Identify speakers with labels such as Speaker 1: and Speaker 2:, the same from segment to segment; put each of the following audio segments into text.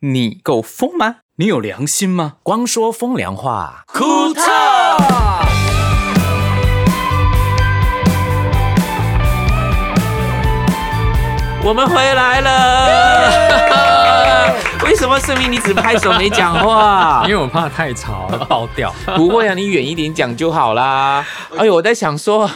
Speaker 1: 你够疯吗？你有良心吗？
Speaker 2: 光说风凉话，
Speaker 1: 库特。
Speaker 3: 我们回来了。为什么声明你只拍手没讲话
Speaker 4: 因？为我怕太吵了爆 掉。
Speaker 3: 不会啊，你远一点讲就好啦。哎呦，我在想说，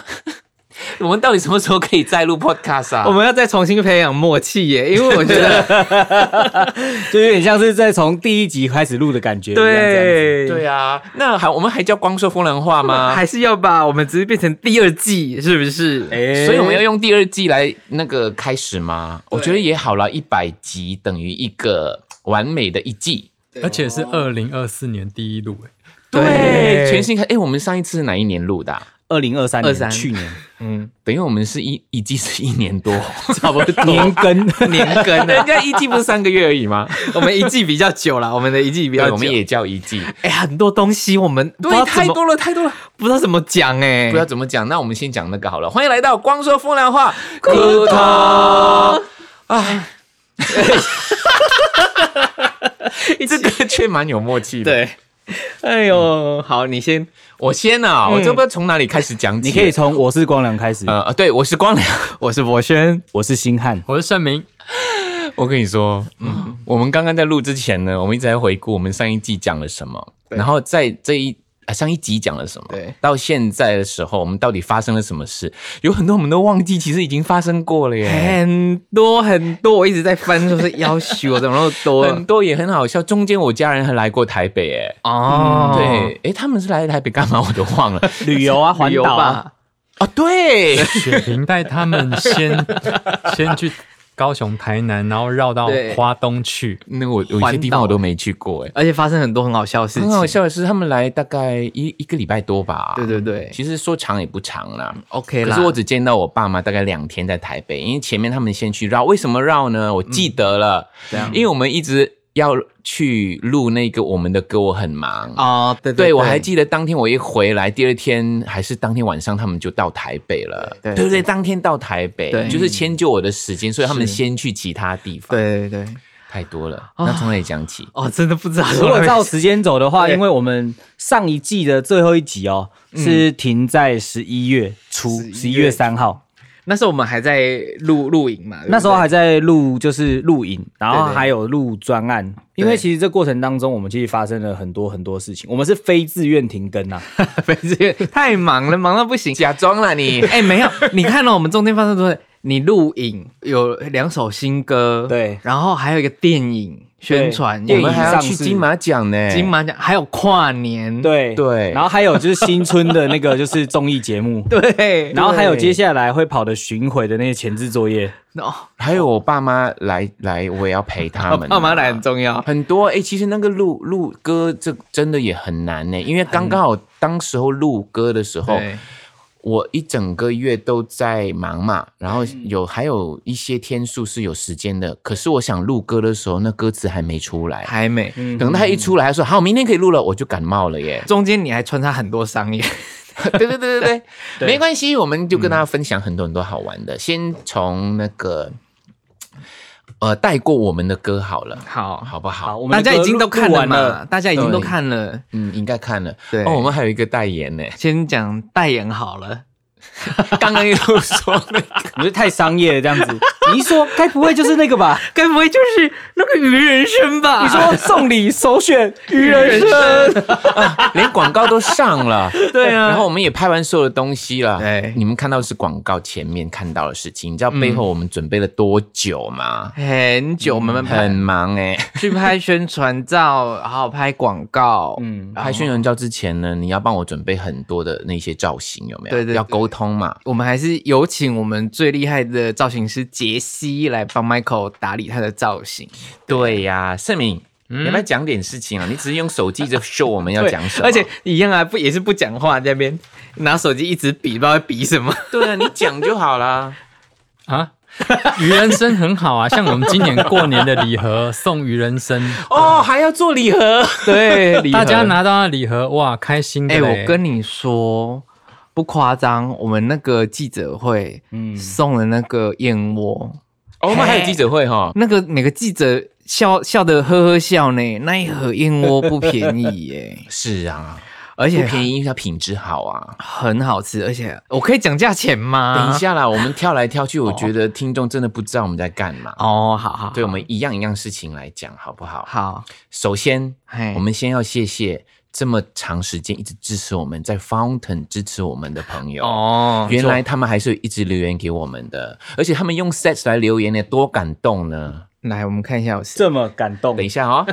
Speaker 3: 我们到底什么时候可以再录 podcast 啊？
Speaker 1: 我们要再重新培养默契耶，因为我觉 得
Speaker 2: 就有点像是在从第一集开始录的感觉。对，
Speaker 3: 对啊，那还我们还叫光说风凉话吗？
Speaker 1: 还是要把我们只是变成第二季，是不是？
Speaker 2: 哎
Speaker 3: 所以我们要用第二季来那个开始吗？我觉得也好啦，一百集等于一个完美的一季。
Speaker 4: 而且是二零二四年第一路，哎，
Speaker 3: 对，全新开。哎、我们上一次是哪一年录的啊、
Speaker 2: 二零二三
Speaker 3: 23
Speaker 2: 年去年
Speaker 3: 等于我们是一一季是一年多，
Speaker 2: 差不多 年更，
Speaker 1: 年更
Speaker 3: 人
Speaker 1: 啊，
Speaker 3: 家一季不是三个月而已吗？
Speaker 1: 我们一季比较久了，我们的一季比较
Speaker 3: 对，
Speaker 1: 久。
Speaker 3: 我们也叫一季。
Speaker 1: 哎、很多东西我们不知道
Speaker 3: 对，
Speaker 1: 怎
Speaker 3: 太
Speaker 1: 么
Speaker 3: 多了，太多了，
Speaker 1: 不知道怎么讲哎、
Speaker 3: 不知道怎么讲。那我们先讲那个好了。欢迎来到光说风凉话，
Speaker 1: 头
Speaker 3: 骨头。哎， 这个却蛮有默契的。，
Speaker 1: 对，哎呦，好，你先
Speaker 3: 我先啊，我这不知道从哪里开始讲起。
Speaker 2: 你可以从我是光良开始，
Speaker 3: 呃，对，我是光良。
Speaker 1: 我是博轩，
Speaker 2: 我是星 汉，
Speaker 4: 嗯 我是盛明，
Speaker 3: 我跟你说，嗯，我们刚刚在录之前呢，我们一直在回顾我们上一季讲了什么，然后在这一。啊，上一集讲了什么？
Speaker 1: 对
Speaker 3: 到现在的时候，我们到底发生了什么事？有很多我们都忘记，其实已经发生过了耶。
Speaker 1: 很多很多，我一直在翻，就是要许我怎么那么 多
Speaker 3: 很多也很好笑。中间我家人还来过台北，耶。
Speaker 1: 哦，
Speaker 3: 对，诶，他们是来台北干嘛？我都 忘了。
Speaker 2: 旅游啊，环
Speaker 1: 旅游
Speaker 2: 岛啊，
Speaker 1: 吧，
Speaker 3: 啊，对，
Speaker 4: 雪萍带他们先先去高雄、台南，然后绕到
Speaker 1: 对
Speaker 4: 花东去。
Speaker 3: 那我有一些地方我都没去过，哎，
Speaker 1: 而且发生很多很好笑的事
Speaker 3: 很好
Speaker 1: 情。
Speaker 3: 笑的是，他们来大概一一个礼拜多吧。
Speaker 1: 对对对
Speaker 3: 其实说长也不长啦。
Speaker 1: ，OK
Speaker 3: 可
Speaker 1: 啦。
Speaker 3: 是我只见到我爸妈大概两天在台北，因为前面他们先去绕，为什么绕呢？我记得了，
Speaker 1: 这样
Speaker 3: 因为我们一直要去录那个我们的歌，我很忙。
Speaker 1: 哦，对
Speaker 3: 对，
Speaker 1: 对，
Speaker 3: 我还记得当天我一回来，第二天还是当天晚上，他们就到台北了，
Speaker 1: 对对
Speaker 3: 对不对？当天到台北，
Speaker 1: 对
Speaker 3: 就是迁就我的时间，所以他们先去其他地方，，
Speaker 1: 对对对，
Speaker 3: 太多了。那从哪里讲起？
Speaker 1: 哦，真的不知道。
Speaker 2: 如果照时间走的话，
Speaker 1: 对
Speaker 2: 因为我们上一季的最后一集哦，是停在十一月初，十一月三号，
Speaker 1: 那时候我们还在录录影嘛，对不对
Speaker 2: 那时 候还在录就是录影，然后
Speaker 1: 对对
Speaker 2: 还有录专案。因为其实这过程当中，我们其实发生了很多很多事情。我们是非自愿停更呐、啊，
Speaker 1: 不是太忙了，忙到不行。，
Speaker 3: 假装了你
Speaker 1: 哎，没有，你看到我们中间发生多，你录影有两首新歌，
Speaker 2: 对
Speaker 1: 然后还有一个电影宣传，
Speaker 2: 对
Speaker 3: 我
Speaker 1: 有
Speaker 3: 们还要去
Speaker 2: 电影上市
Speaker 3: 金马奖呢，
Speaker 1: 金马奖，还有跨年，，
Speaker 2: 对
Speaker 3: 对
Speaker 2: 然后还有就是新春的那个就是综艺节目
Speaker 1: 对，
Speaker 2: 然后还有接下来会跑的巡回的那些前置作业，
Speaker 1: 哦，
Speaker 3: 还有我爸妈来来，我也要陪他们。啊
Speaker 1: 奥马来很重
Speaker 2: 哦
Speaker 1: 要，
Speaker 3: 很多哎、欸其实那个录录歌这真的也很难呢、因为刚刚好当时候录歌的时候，
Speaker 1: 对
Speaker 3: 我一整个月都在忙嘛，然后有还有一些天数是有时间的，可是我想录歌的时候，那歌词还没出来，
Speaker 1: 还没。。
Speaker 2: 嗯
Speaker 3: 等它一出来，他说好，明天可以录了，我就感冒了耶
Speaker 1: 中间你还穿插很多商业，
Speaker 3: 对对对对对，没关系，我们就跟大家分享很多很多好玩的，先从那个。呃，带过我们的歌好了，
Speaker 1: 好
Speaker 3: 好不
Speaker 2: 好，
Speaker 3: 好？
Speaker 2: 我们
Speaker 1: 大
Speaker 2: 的
Speaker 1: 家已经都看
Speaker 2: 录
Speaker 1: 了
Speaker 2: 完
Speaker 1: 嘛，
Speaker 2: 了，
Speaker 1: 大家已经都
Speaker 3: 对
Speaker 1: 看了。
Speaker 3: 嗯，应该看了。
Speaker 1: 对
Speaker 3: 哦，我们还有一个代言呢，
Speaker 1: 先讲代言好了，
Speaker 3: 刚刚又说那个
Speaker 2: 你是太商业了这样子。你一说，该不会就是那个吧？
Speaker 1: 该不会就是那个鱼人参吧？
Speaker 2: 你说送礼首选愚人生，
Speaker 3: 连广告都上了，
Speaker 1: 对啊
Speaker 3: 然后我们也拍完所有的东西了，
Speaker 1: 对
Speaker 3: 你们看到是广告前面看到的事情，你知道背后我们准备了多久吗？
Speaker 1: 很久，我们
Speaker 3: 很
Speaker 1: 拍
Speaker 3: 忙哎、
Speaker 1: 去拍宣传照，然后拍广告，嗯
Speaker 2: 嗯，
Speaker 3: 拍宣传照之前呢，你要帮我准备很多的那些造型，有没有？
Speaker 1: 对对对
Speaker 3: 要沟通嘛。
Speaker 1: 我们还是有请我们最厉害的造型师杰西来帮 Michael 打理他的造型，
Speaker 3: 对嗯呀、盛敏，你要不要讲点事情啊？你只是用手机就 show 我们要讲什么，
Speaker 1: 对而且一样啊，不也是不讲话，在那边拿手机一直比，不知道在比什么。
Speaker 3: 对啊，你讲就好啦。
Speaker 4: 啊，愚人生很好啊，像我们今年过年的礼盒送愚人生，
Speaker 3: 哦，还要做礼盒，
Speaker 1: 对，礼盒
Speaker 4: 大家拿到那礼盒哇，开心的
Speaker 1: 哎、
Speaker 4: 嘞。
Speaker 1: 我跟你说，不夸张，我们那个记者会，嗯，送了那个燕窝，
Speaker 3: 哦，我们还有记者会哈、
Speaker 1: 那个每个记者笑笑的呵呵笑呢，那一盒燕窝 不便宜耶，
Speaker 3: 是啊，
Speaker 1: 而
Speaker 3: 不
Speaker 1: 且
Speaker 3: 便宜，因为它品质好啊。
Speaker 1: 很好吃，而且我可以讲价钱吗？
Speaker 3: 等一下啦，我们跳来跳去，我觉得听众真的不知道我们在干嘛。
Speaker 1: 哦，好好，
Speaker 3: 对，我们一样一样事情来讲，好不好？哎
Speaker 1: 好，
Speaker 3: 首先，
Speaker 1: 嘿
Speaker 3: 我们先要谢谢这么长时间一直支持我们在 Fountain 支持我们的朋友。
Speaker 1: 哦，
Speaker 3: 原来他们还是有一直留言给我们的，而且他们用 sets 来留言呢，多感动呢！
Speaker 1: 来我们看一下我是
Speaker 2: 这么感动
Speaker 3: 等。一下 哦，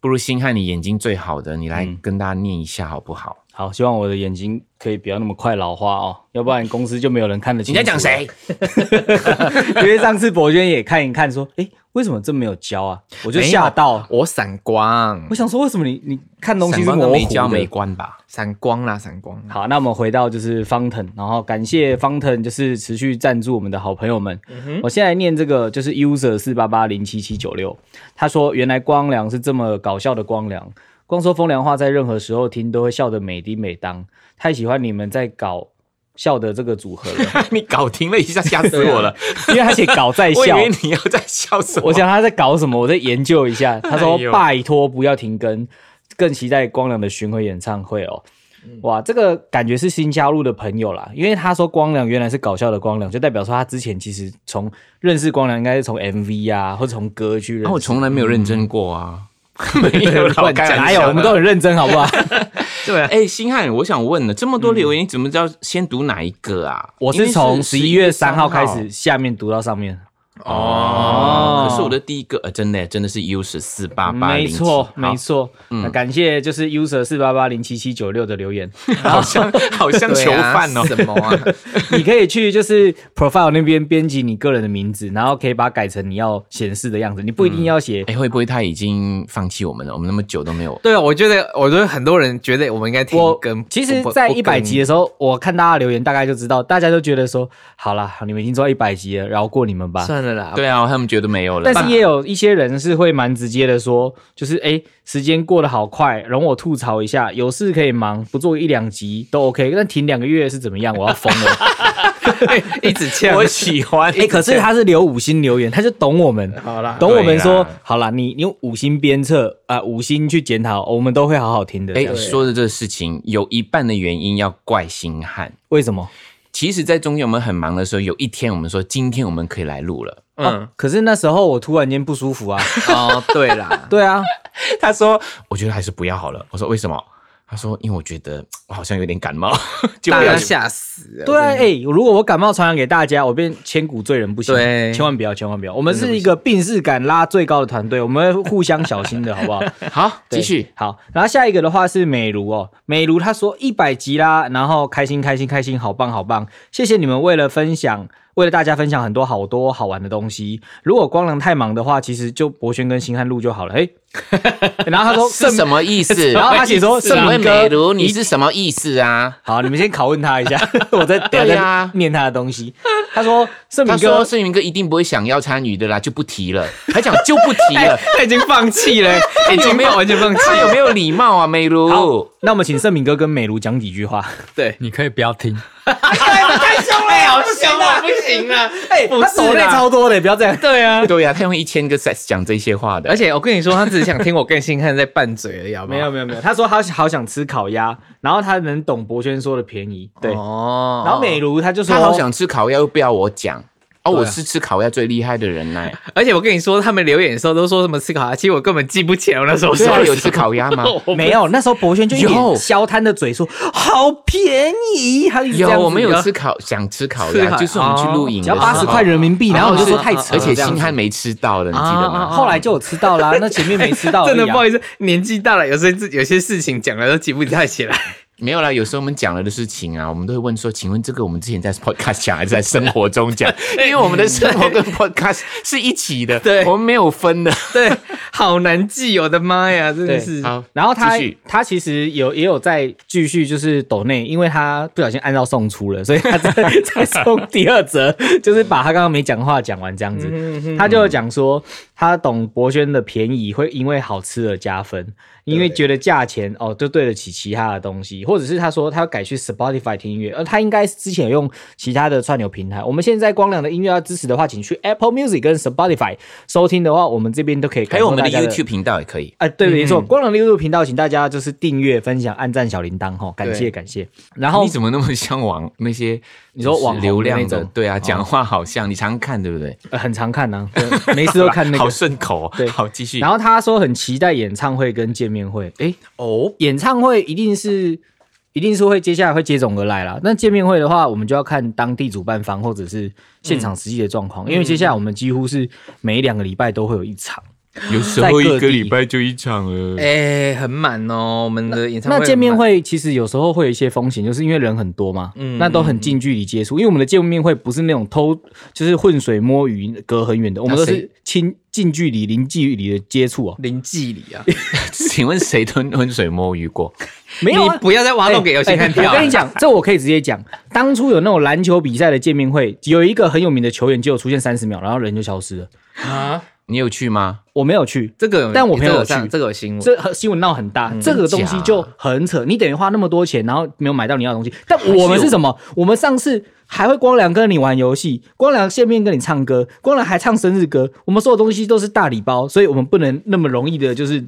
Speaker 3: 不如星汉你眼睛最好的，你来
Speaker 2: 嗯
Speaker 3: 跟大家念一下好不好？
Speaker 2: 好，希望我的眼睛可以不要那么快老花哦，要不然公司就没有人看得清。
Speaker 3: 你在讲谁？？
Speaker 2: 因为上次博娟也看一看，说，哎、为什么这没有教啊？我就吓到，
Speaker 1: 我闪光
Speaker 2: 我，想说为什么你你看东西
Speaker 3: 闪
Speaker 2: 是
Speaker 3: 光
Speaker 2: 模
Speaker 3: 灯
Speaker 2: 糊
Speaker 3: 没交
Speaker 2: 的？
Speaker 3: 没关吧？
Speaker 1: 闪光啦，闪光 啦。
Speaker 2: 好，那我们回到就是方腾，然后感谢方腾就是持续赞助我们的好朋友们。
Speaker 3: 嗯
Speaker 2: 我现在念这个就是 user 四八八零七七九六，他说原来光良是这么搞笑的光良，光说风凉话在任何时候听都会笑得美滴美当，太喜欢你们在搞笑的这个组合 了，
Speaker 3: 你搞停了一下，吓死我 了！
Speaker 2: 因为他写搞在
Speaker 3: 我以
Speaker 2: 笑。
Speaker 3: 为你要在笑什 么。
Speaker 2: 我想他在搞什么，我再研究一下。他说
Speaker 3: 哎：“呦
Speaker 2: 拜托不要停更，更期待光良的巡回演唱会哦。”
Speaker 3: 嗯
Speaker 2: 哇，这个感觉是新加入的朋友啦，因为他说光良原来是搞笑的光良，就代表说他之前其实从认识光良应该是从 MV 啊，或者从歌去认
Speaker 3: 啊，
Speaker 2: 识。
Speaker 3: 我从来没有认真过啊， 没有啦，我
Speaker 2: 嗯乱
Speaker 3: 开
Speaker 2: 讲
Speaker 3: 玩笑的
Speaker 2: 哪有？哎我们都很认真，好 不好？
Speaker 1: 对啊，
Speaker 3: 哎，星汉，我想问了，这么多留言，你怎么知道先读哪一个啊？
Speaker 2: 嗯我
Speaker 3: 因
Speaker 2: 是
Speaker 3: 为
Speaker 2: 从十
Speaker 3: 11
Speaker 2: 一月三号开始，下面读到上面。
Speaker 3: 哦。可是我的第一个，呃，真的真的是 U 十四八八零，
Speaker 2: 没错，没
Speaker 3: 好，嗯
Speaker 2: 错。那感谢就是 user 四八八零七七九六的留言。
Speaker 3: 好像好像囚
Speaker 1: 对啊
Speaker 3: 犯哦。
Speaker 1: 什么啊？
Speaker 2: 你可以去就是 profile 那边编辑你个人的名字，然后可以把它改成你要显示的样子，你不一定要写。
Speaker 3: 哎，会不会他已经放弃我们了？我们那么久都 没有。
Speaker 1: 对啊，我觉得，我觉得很多人觉得我们应该停
Speaker 2: 我
Speaker 1: 更。
Speaker 2: 其实
Speaker 1: 不，
Speaker 2: 在
Speaker 1: 不
Speaker 2: 一百
Speaker 1: 更
Speaker 2: 集的时候，我看大家留言，大概就知道，大家都觉得说，好啦，你们已经做到一百集了，饶过你们吧。
Speaker 1: 算了啦，
Speaker 3: 对啊，他们觉得没有了。
Speaker 2: 但是也有一些人是会蛮直接的说，就是哎、诶时间过得好快，容我吐槽一下，有事可以忙，不做一两集都 OK，但停两个月是怎么样？我要疯了。
Speaker 1: 一直呛。
Speaker 3: 我喜欢
Speaker 2: 哎、，可是他是留五星留言，他就懂我们，好啦，懂我们说
Speaker 3: 对啦，
Speaker 2: 好啦，你你用五星鞭策啊、五星去检讨，我们都会好好听的。哎、
Speaker 3: 哎，说的这个事情，有一半的原因要怪星汉。
Speaker 2: 为什么？
Speaker 3: 其实，在中间我们很忙的时候，有一天我们说今天我们可以来录了。
Speaker 1: 嗯，
Speaker 2: 可是那时候我突然间不舒服 啊，
Speaker 1: 哦，对 啦，
Speaker 2: 对啊，
Speaker 3: 他说：“我觉得还是不要好了。”我说：“为什么？”他说：“因为我觉得我好像有点感冒。 就
Speaker 1: 大
Speaker 3: 不小
Speaker 1: 家
Speaker 3: 心
Speaker 1: 吓死了。
Speaker 2: 对啊，哎、如果我感冒传染给大家，我变千古罪人不行，
Speaker 1: 对
Speaker 2: 千万不要，千万不要，我们是一个病视感拉最高的团队，我们会互相小心的，好不 好？
Speaker 3: 好，
Speaker 2: 对
Speaker 3: 继续。
Speaker 2: 好，然后下一个的话是美如哦，美如她说一百集啦，然后开心开心开心，好棒好棒，谢谢你们为了分享，为了大家分享很多好多好玩的东西。如果光良太忙的话，其实就博轩跟星汉录就好了。嘿， 然后他说
Speaker 3: 是哦什
Speaker 2: 么？
Speaker 3: 么意思？
Speaker 2: 然后他写说
Speaker 3: 什
Speaker 2: 盛
Speaker 3: 么
Speaker 2: 明哥
Speaker 3: 美如，你是什么意思啊？
Speaker 2: 好，你们先拷问他一下，我再等一
Speaker 3: 对
Speaker 2: 下
Speaker 3: 呀
Speaker 2: 再念他的东西。他说盛
Speaker 3: 他
Speaker 2: 明
Speaker 3: 说
Speaker 2: 哥。
Speaker 3: 盛明哥一定不会想要参与的啦，就不提 了。他讲就不 提 了，
Speaker 1: 他已经放弃了，
Speaker 3: 哎
Speaker 1: 已经没有完全放弃。
Speaker 3: 他有没有礼貌啊？美如，
Speaker 2: 那我们请盛明哥跟美如讲几句话。
Speaker 1: 对，
Speaker 4: 你可以不要听，
Speaker 1: 太凶了，好凶啊，不行啊！哎，
Speaker 2: 他手累超多的，不要这样。
Speaker 1: 对啊。
Speaker 3: 对呀，他用一千个 s e 讲这些话的，
Speaker 1: 而且我跟你说，他只是想听我跟星汉在拌嘴而已，好不好
Speaker 2: 没有没有没有，他说他好想吃烤鸭，然后他能懂博轩说的便宜。对，
Speaker 1: 哦，
Speaker 2: 然后美，如她就说，
Speaker 3: 他好想吃烤鸭，又不要我讲。哦，
Speaker 1: 对啊
Speaker 3: 我是吃烤鸭最厉害的人 呢。
Speaker 1: 而且我跟你说，他们留言的时候都说什么吃烤鸭，其实我根本记不起来我那时候
Speaker 3: 所以
Speaker 1: 说
Speaker 3: 他
Speaker 1: 了
Speaker 3: 有
Speaker 1: 什
Speaker 3: 吃烤鸭 吗？
Speaker 1: 么
Speaker 2: 没有，那时候博轩就一
Speaker 3: 有
Speaker 2: 脸消摊的嘴说好便宜，他就这
Speaker 3: 有
Speaker 2: 样子，
Speaker 3: 我们有吃烤，想吃烤
Speaker 1: 吃
Speaker 3: 鸭，
Speaker 1: 烤
Speaker 3: 啊 就是啊我们去露营的
Speaker 2: 哦只
Speaker 3: 时候，
Speaker 2: 要八十块人民币，然后我就说太扯
Speaker 3: 啊而
Speaker 2: 了，
Speaker 3: 且
Speaker 2: 这样
Speaker 3: 星
Speaker 2: 子
Speaker 3: 汉没吃到的，你记得
Speaker 1: 啊啊啊
Speaker 3: 吗？
Speaker 2: 后来就有吃到啦，那前面没吃 到而已啊，
Speaker 1: 真的不好意思，年纪大了，有时候自有些事情讲了都记不太起来。
Speaker 3: 没有啦，有时候我们讲了的事情啊，我们都会问说，请问这个我们之前在 podcast 讲还是在生活中 讲？因为我们的生活跟 podcast 是一起的，
Speaker 1: 对
Speaker 3: 我们没有分的。
Speaker 1: 对，好难记，我的妈呀，真的
Speaker 2: 对
Speaker 1: 是。
Speaker 3: 好，
Speaker 2: 然后他
Speaker 3: 继续
Speaker 2: 他其实有也有在继续就是抖内，因为他不小心按到送出了，所以他 在
Speaker 3: 嗯
Speaker 2: 在送第二则，就是把他刚刚没讲的话讲完这样子。他就有讲说，他懂博轩的便宜，会因为好吃而加分，因为觉得价钱哦就对得起其他的东西，或者是他说他要改去 Spotify 听音乐，而他应该是之前有用其他的串流平台。我们现在光良的音乐要支持的话，请去 Apple Music 跟 Spotify 收听的话，我们这边都可以
Speaker 3: 还
Speaker 2: 感
Speaker 3: 有
Speaker 2: 受
Speaker 3: 我
Speaker 2: 大家。
Speaker 3: 们的 YouTube 频道也可以。
Speaker 2: 啊，对，没
Speaker 3: 嗯
Speaker 2: 错，光良的 YouTube 频道，请大家就是订阅、分享、按赞、小铃铛哈，感谢感谢。然后
Speaker 3: 你怎么那么像网那些
Speaker 2: 你说网红的
Speaker 3: 流量
Speaker 2: 那
Speaker 3: 的
Speaker 2: 种？哦
Speaker 3: 对啊，讲话好像你常看，对 不对？
Speaker 2: 呃很常看 呢、对每次都看那
Speaker 3: 好
Speaker 2: 个。
Speaker 3: 顺口哦。
Speaker 2: 对
Speaker 3: 好继续。
Speaker 2: 然后他说很期待演唱会跟见面会，诶，
Speaker 3: 哦，
Speaker 2: 演唱会一定是一定是会接下来会接踵而来啦。那见面会的话，我们就要看当地主办方或者是现场实际的状
Speaker 3: 嗯
Speaker 2: 况，因为接下来我们几乎是每两个礼拜都会有一场。
Speaker 3: 有时
Speaker 2: 在各
Speaker 3: 候
Speaker 2: 地
Speaker 3: 一个礼拜就一场了。
Speaker 1: 哎、很满哦，我们的演唱会
Speaker 2: 那见面
Speaker 1: 很满
Speaker 2: 会其实有时候会有一些风险，就是因为人很多嘛，
Speaker 1: 嗯
Speaker 2: 那都很近距离接触。因为我们的见面会不是那种偷，就是浑水摸鱼、隔很远的，我们都
Speaker 1: 啊
Speaker 3: 那
Speaker 2: 是
Speaker 3: 谁
Speaker 2: 亲近距离、零距离的接触哦。
Speaker 1: 零距离啊，
Speaker 3: 请问谁吞浑水摸鱼过？
Speaker 2: 没有、啊
Speaker 1: 你，不要再挖洞给有
Speaker 2: 哎
Speaker 1: 心看
Speaker 2: 哎
Speaker 1: 跳、啊
Speaker 2: 我跟你，讲，这我可以直接讲，当初有那种篮球比赛的见面会，有一个很有名的球员就有出现三十秒，然后人就消失了。
Speaker 3: 你有去吗？
Speaker 2: 我没有去，
Speaker 1: 这个有
Speaker 2: 但我朋友有
Speaker 1: 这个有上
Speaker 2: 去
Speaker 1: 这个有新
Speaker 3: 嗯
Speaker 1: 闻，
Speaker 2: 这和新闻闹很大，这个东西就很扯。你等于花那么多钱，然后没有买到你要的东西。但我们是什么？我们上次还会光良跟你玩游戏，光良见面跟你唱歌，光良还唱生日歌。我们所有东西都是大礼包，所以我们不能那么容易的，就是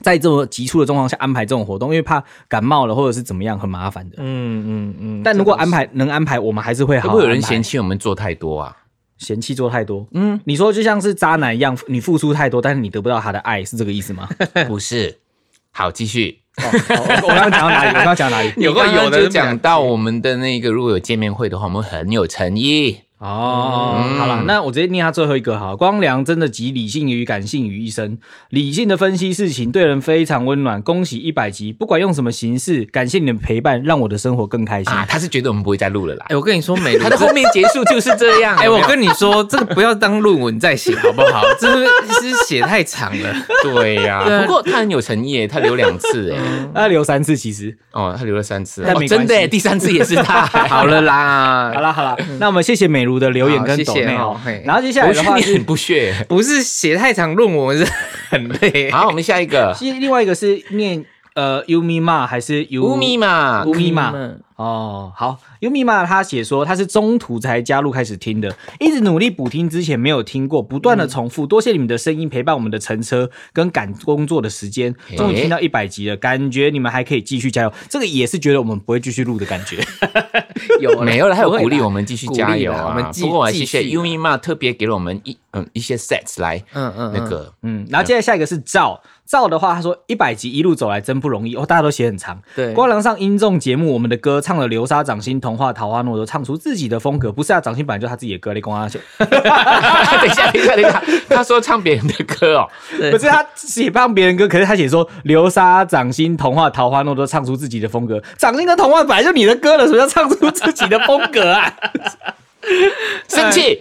Speaker 2: 在这么急促的状况下安排这种活动，因为怕感冒了或者是怎么样，很麻烦的。
Speaker 1: 嗯嗯嗯，
Speaker 2: 但如果安排能安排，我们还是会
Speaker 3: 会
Speaker 2: 好啊好
Speaker 3: 不
Speaker 2: 安排。
Speaker 3: 会有人嫌弃我们做太多啊？
Speaker 2: 嫌弃做太多？嗯，你说就像是渣男一样，你付出太多，但是你得不到他的爱，是这个意 思吗？
Speaker 3: 不是。好，继续。
Speaker 2: 哦哦我我刚刚讲到哪里？我刚刚讲到哪里？
Speaker 1: 有个
Speaker 3: 你刚
Speaker 1: 有
Speaker 3: 刚
Speaker 1: 的
Speaker 3: 就讲到我们的那个，如果有见面会的话，我们很有诚意。
Speaker 2: 哦，
Speaker 3: 嗯
Speaker 2: 好了，那我直接念他最后一个哈。光良真的集理性与感性于一身，理性的分析事情，对人非常温暖。恭喜一百集，不管用什么形式，感谢你的陪伴，让我的生活更开心。
Speaker 3: 啊，他是觉得我们不会再录了啦
Speaker 1: 哎、。我跟你说，美如
Speaker 3: 他的后面结束就是这样。
Speaker 1: 哎、
Speaker 3: 有没
Speaker 1: 我
Speaker 3: 有
Speaker 1: 跟你说，这个不要当论文再 写，好不好？这个是写太长了。
Speaker 3: 对呀、
Speaker 1: 对 啊
Speaker 3: 不过他很有诚意耶，他留两 次哎，
Speaker 2: 那留三次，其实
Speaker 3: 哦，他留了三次，
Speaker 2: 但
Speaker 3: 哦
Speaker 2: 没关系
Speaker 3: 真的
Speaker 1: 哎
Speaker 3: 耶，第三次也是他。
Speaker 1: 好了啦，
Speaker 2: 好啦好啦，那我们谢谢美如的留言
Speaker 1: 好
Speaker 2: 跟
Speaker 1: 谢
Speaker 2: 抖
Speaker 1: 谢
Speaker 2: 内
Speaker 1: 哦
Speaker 2: 哦
Speaker 1: 嘿。
Speaker 2: 然后接下来
Speaker 3: 我
Speaker 2: 的
Speaker 3: 觉
Speaker 2: 话
Speaker 3: 得你
Speaker 2: 是
Speaker 3: 很不 屑。
Speaker 1: 不是写太长论文是很累。
Speaker 3: 好，我们下一 个
Speaker 2: 其实另外一个是念呃 Umi Ma 还是 Umi
Speaker 3: 乌咪嘛，
Speaker 2: 乌咪嘛，哦，好，u m i 嘛，他写说他是中途才加入开始听的，一直努力补听之前没有听过，不断的重复，多谢你们的声音陪伴我们的乘车跟赶工作的时间，终于听到一百集了，感觉你们还可以继续加油，这个也是觉得我们不会继续录的感觉。
Speaker 1: 有 啦
Speaker 3: 没有了，还有鼓励我。
Speaker 1: 不会啦
Speaker 3: 们继续加油
Speaker 1: 鼓励啦
Speaker 3: 啊。
Speaker 1: 我们继
Speaker 3: 不过我还谢谢
Speaker 1: 继续
Speaker 3: 乌咪嘛，特别给了我们一嗯一些 sets 来
Speaker 1: 嗯嗯，
Speaker 3: 那个
Speaker 2: 嗯，然后接下来下一个是赵，赵的话他说一百集一路走来真不容易哦，大家都写很长，
Speaker 1: 对
Speaker 2: 光良上音综节目，我们的歌唱了《流沙掌心》《童话》《桃花诺》，都唱出自己的风格，不是啊，掌心本来就是他自己的歌，你光阿秀，
Speaker 3: 等一下，等一下，等一下，他说唱别人的歌 哦，
Speaker 2: 不是他写帮别人歌，可是他写说《流沙掌心》《童话》《桃花诺》都唱出自己的风格，掌心跟童话本来就你的歌了，什么叫唱出自己的风格啊？
Speaker 1: 哎
Speaker 3: 生气。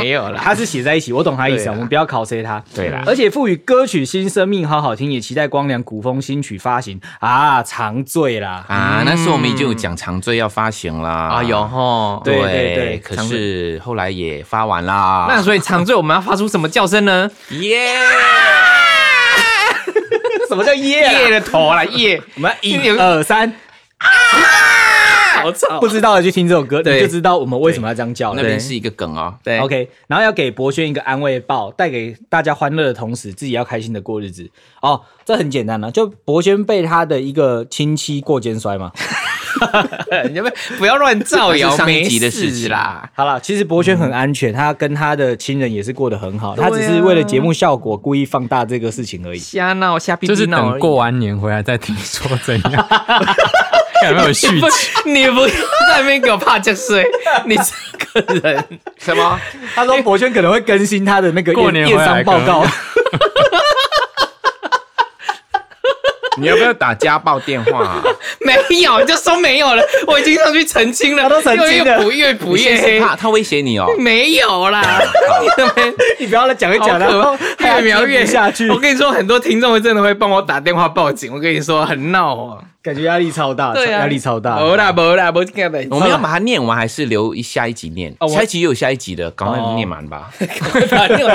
Speaker 1: 没有啦。
Speaker 2: 他是写在一起，我懂他意思
Speaker 1: 对
Speaker 2: 啊，
Speaker 1: 啊
Speaker 2: 我们不要考 C 他。
Speaker 3: 对啦
Speaker 2: 而且赋予歌曲新生命，好好听，也期待光良古风新曲发行啊，长醉啦。
Speaker 3: 啊，那时候我们已经有讲长醉要发行啦，
Speaker 1: 啊，有吼。
Speaker 2: 对
Speaker 3: 对
Speaker 2: 对
Speaker 3: 可
Speaker 1: 长
Speaker 3: 是后来也发完啦。
Speaker 1: 那所以长醉我们要发出什么叫声呢？
Speaker 3: 耶，
Speaker 2: 什么叫耶啊？
Speaker 1: 夜的头啦， 夜。
Speaker 2: 我们要一
Speaker 1: 一
Speaker 2: 二三，
Speaker 1: 好吵
Speaker 2: 啊不知道的去听这首歌，你
Speaker 1: 对
Speaker 2: 就知道我们为什么要这样叫了
Speaker 3: 那。边是一个梗哦。
Speaker 1: 对
Speaker 2: OK，然后要给博轩一个安慰抱，带给大家欢乐的同时，自己要开心的过日子。哦，这很简单了、就博轩被他的一个亲戚过肩摔嘛。
Speaker 1: 你们不要乱造
Speaker 3: 那
Speaker 1: 谣，
Speaker 3: 是上一集的
Speaker 1: 没
Speaker 3: 事情
Speaker 1: 啦。
Speaker 2: 好了，其实博轩很安全，他跟他的亲人也是过得很好，他只
Speaker 1: 对
Speaker 2: 是
Speaker 1: 啊
Speaker 2: 为了节目效果故意放大这个事情而已。
Speaker 1: 瞎闹瞎逼
Speaker 4: 就
Speaker 1: 逼
Speaker 4: 是
Speaker 1: 闹而
Speaker 4: 等
Speaker 1: 已
Speaker 4: 过完年回来再听说怎 样，看有没有续集？
Speaker 1: 你不要在那边给我怕这 睡，你这个人
Speaker 3: 什么？
Speaker 2: 啊他说博轩可能会更新他的那个
Speaker 4: 过
Speaker 2: 验
Speaker 4: 年
Speaker 2: 验
Speaker 4: 回
Speaker 2: 伤
Speaker 4: 来
Speaker 2: 报
Speaker 4: 可 能
Speaker 2: 告。
Speaker 3: 你要不要打家暴电话、啊？
Speaker 1: 没有，就说没有了。我已经上去澄清了，
Speaker 2: 他都澄清了
Speaker 1: 又越补越补
Speaker 3: 你
Speaker 1: 越
Speaker 3: 先是
Speaker 1: 黑，
Speaker 3: 怕他威胁你哦。
Speaker 1: 没有啦。你们
Speaker 2: 你不要来讲一讲，
Speaker 1: 好可
Speaker 2: 然
Speaker 1: 怕
Speaker 2: 后
Speaker 1: 越描
Speaker 2: 听
Speaker 1: 越
Speaker 2: 不下去
Speaker 1: 我跟你说，很多听众会真的会帮我打电话报警。我跟你说，很闹哦。
Speaker 2: 感觉压力超大，
Speaker 1: 对啊
Speaker 2: 压力超大。
Speaker 1: 没啦没啦，没干的。
Speaker 3: 我们要把它念完，还是留一下一集念？
Speaker 2: 哦我
Speaker 3: 下一集也有下一集的，赶快念完吧。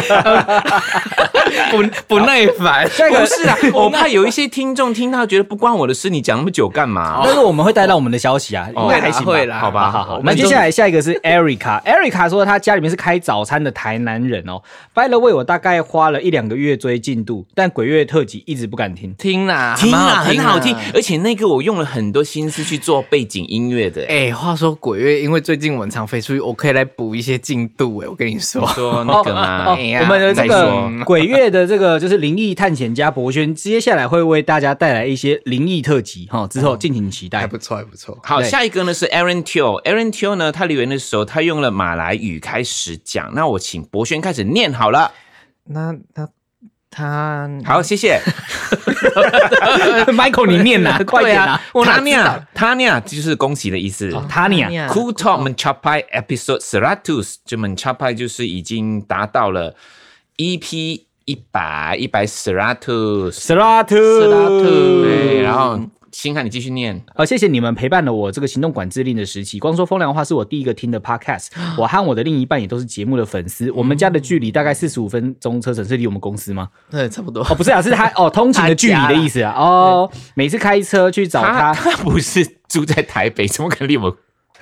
Speaker 1: 不不耐烦。
Speaker 2: 下一
Speaker 3: 不
Speaker 2: 个
Speaker 3: 是啊，我怕有一些听众听到觉得不关我的事，你讲那么久干嘛？
Speaker 2: 但是我们会带到我们的消息啊，应该还行吧
Speaker 1: 会啦，
Speaker 3: 好吧，好
Speaker 2: 好
Speaker 3: 好，，
Speaker 2: 那
Speaker 3: 那
Speaker 2: 接
Speaker 3: 就
Speaker 2: 下来下一个是 Erica。Erica 说她家里面是开早餐的台南人哦。By the way，我大概花了一两个月追进度，但鬼月特辑一直不敢听。
Speaker 1: 听啦，
Speaker 3: 听
Speaker 1: 蛮
Speaker 3: 啊，
Speaker 1: 好
Speaker 3: 很
Speaker 1: 听
Speaker 3: 好听，而且那个我用了很多心思去做背景音乐的。哎，
Speaker 1: 哎、话说鬼月，因为最近我很常飞出去，我可以来补一些进度哎、我跟你说，
Speaker 3: 说那个
Speaker 1: 哦
Speaker 3: 吗？
Speaker 1: 哎呀
Speaker 2: 我们的这
Speaker 3: 再
Speaker 2: 个
Speaker 3: 说
Speaker 2: 鬼月的这个就是灵异探险家博轩，接下来会为大家带来一些灵异特辑哈，之后敬请期
Speaker 1: 还
Speaker 2: 待。
Speaker 1: 不错，还不错。
Speaker 3: 好，
Speaker 2: 对
Speaker 3: 下一个呢是 Aaron Teo。Aaron Teo 呢，他留言的时候，他用了马来语开始讲。那我请博轩开始念好了。
Speaker 1: 那那他
Speaker 3: 好，谢 谢。
Speaker 2: Michael，你念呐，快
Speaker 1: 对
Speaker 2: 点
Speaker 1: 啊
Speaker 2: 啊！，
Speaker 1: 我哪知道？哦
Speaker 3: Tanya Tanya 就是恭喜的意思。
Speaker 2: 塔尼亚，
Speaker 3: Cool Talk Mencapai Episode Seratus，就 Mencapai 就是已经达到了 EP 一百一百 Seratus。
Speaker 2: 斯拉特，斯
Speaker 1: 拉特
Speaker 3: 对，然后星汉你继续念。
Speaker 2: 好，呃谢谢你们陪伴了我这个行动管制令的时期。光说风凉话是我第一个听的 podcast，我和我的另一半也都是节目的粉丝。我们家的距离大概四十五分钟车程，是离我们公司吗？
Speaker 1: 对，差不多。
Speaker 2: 哦，不是啊，是他哦，通勤的距离的意思啊。哦，每次开车去找
Speaker 3: 他
Speaker 2: 他，
Speaker 3: 他不是住在台北，怎么可能离我们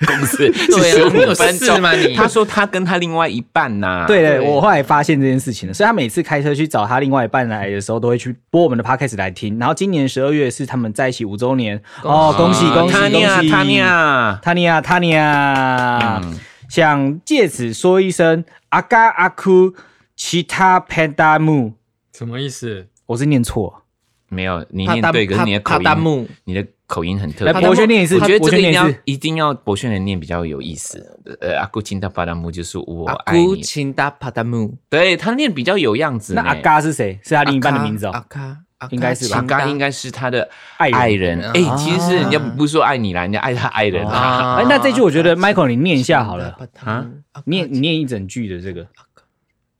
Speaker 3: 公 司
Speaker 1: 对啊
Speaker 3: 十
Speaker 1: 你有
Speaker 3: 五分
Speaker 1: 事
Speaker 3: 钟
Speaker 1: 吗你
Speaker 3: 他说他跟他另外一半呐、
Speaker 2: 对对，
Speaker 1: 对
Speaker 2: 我后来发现这件事情了，所以他每次开车去找他另外一半来的时候，都会去播我们的 podcast 来听。然后今年十二月是他们在一起五周年，哦，恭喜恭喜
Speaker 3: 啊他
Speaker 2: 恭喜！
Speaker 3: 呀他啊呀，
Speaker 2: 塔尼亚，塔尼亚，想借此说一声阿嘎阿库其他 panda 木，
Speaker 4: 什么意思？
Speaker 2: 我是念错，
Speaker 3: 没有你
Speaker 1: 他
Speaker 3: 念
Speaker 1: 弹
Speaker 3: 对，可是你的
Speaker 1: 他
Speaker 3: 口
Speaker 1: 他弹
Speaker 3: 音，
Speaker 1: 幕
Speaker 3: 你的口音很特
Speaker 2: 来
Speaker 3: 别。
Speaker 1: 他
Speaker 2: 哎博轩念一次，
Speaker 3: 我觉得
Speaker 2: 博
Speaker 3: 这
Speaker 2: 轩
Speaker 3: 个
Speaker 2: 念
Speaker 3: 一定
Speaker 2: 一
Speaker 3: 要
Speaker 2: 次。
Speaker 3: 一定要博轩人念比较有意思。呃，阿古钦达巴达姆就是我
Speaker 1: 阿
Speaker 3: 爱
Speaker 1: 古
Speaker 3: 你，
Speaker 1: 钦达帕达木，
Speaker 3: 对他念比较有样子呢。
Speaker 2: 那阿嘎是谁？是他另一半的名字
Speaker 1: 阿
Speaker 2: 哦。
Speaker 1: 卡，阿卡
Speaker 2: 应该是吧
Speaker 3: 阿嘎应
Speaker 1: 该
Speaker 3: 该是他的
Speaker 2: 爱人
Speaker 3: 爱人。哎、
Speaker 1: 啊
Speaker 3: 其实是人家不是说爱你啦，人家爱他爱人啊。
Speaker 2: 哎，那这句我觉得 Michael 你念一下好了，，
Speaker 3: 啊
Speaker 1: 阿卡
Speaker 2: 念你念一整句的这个。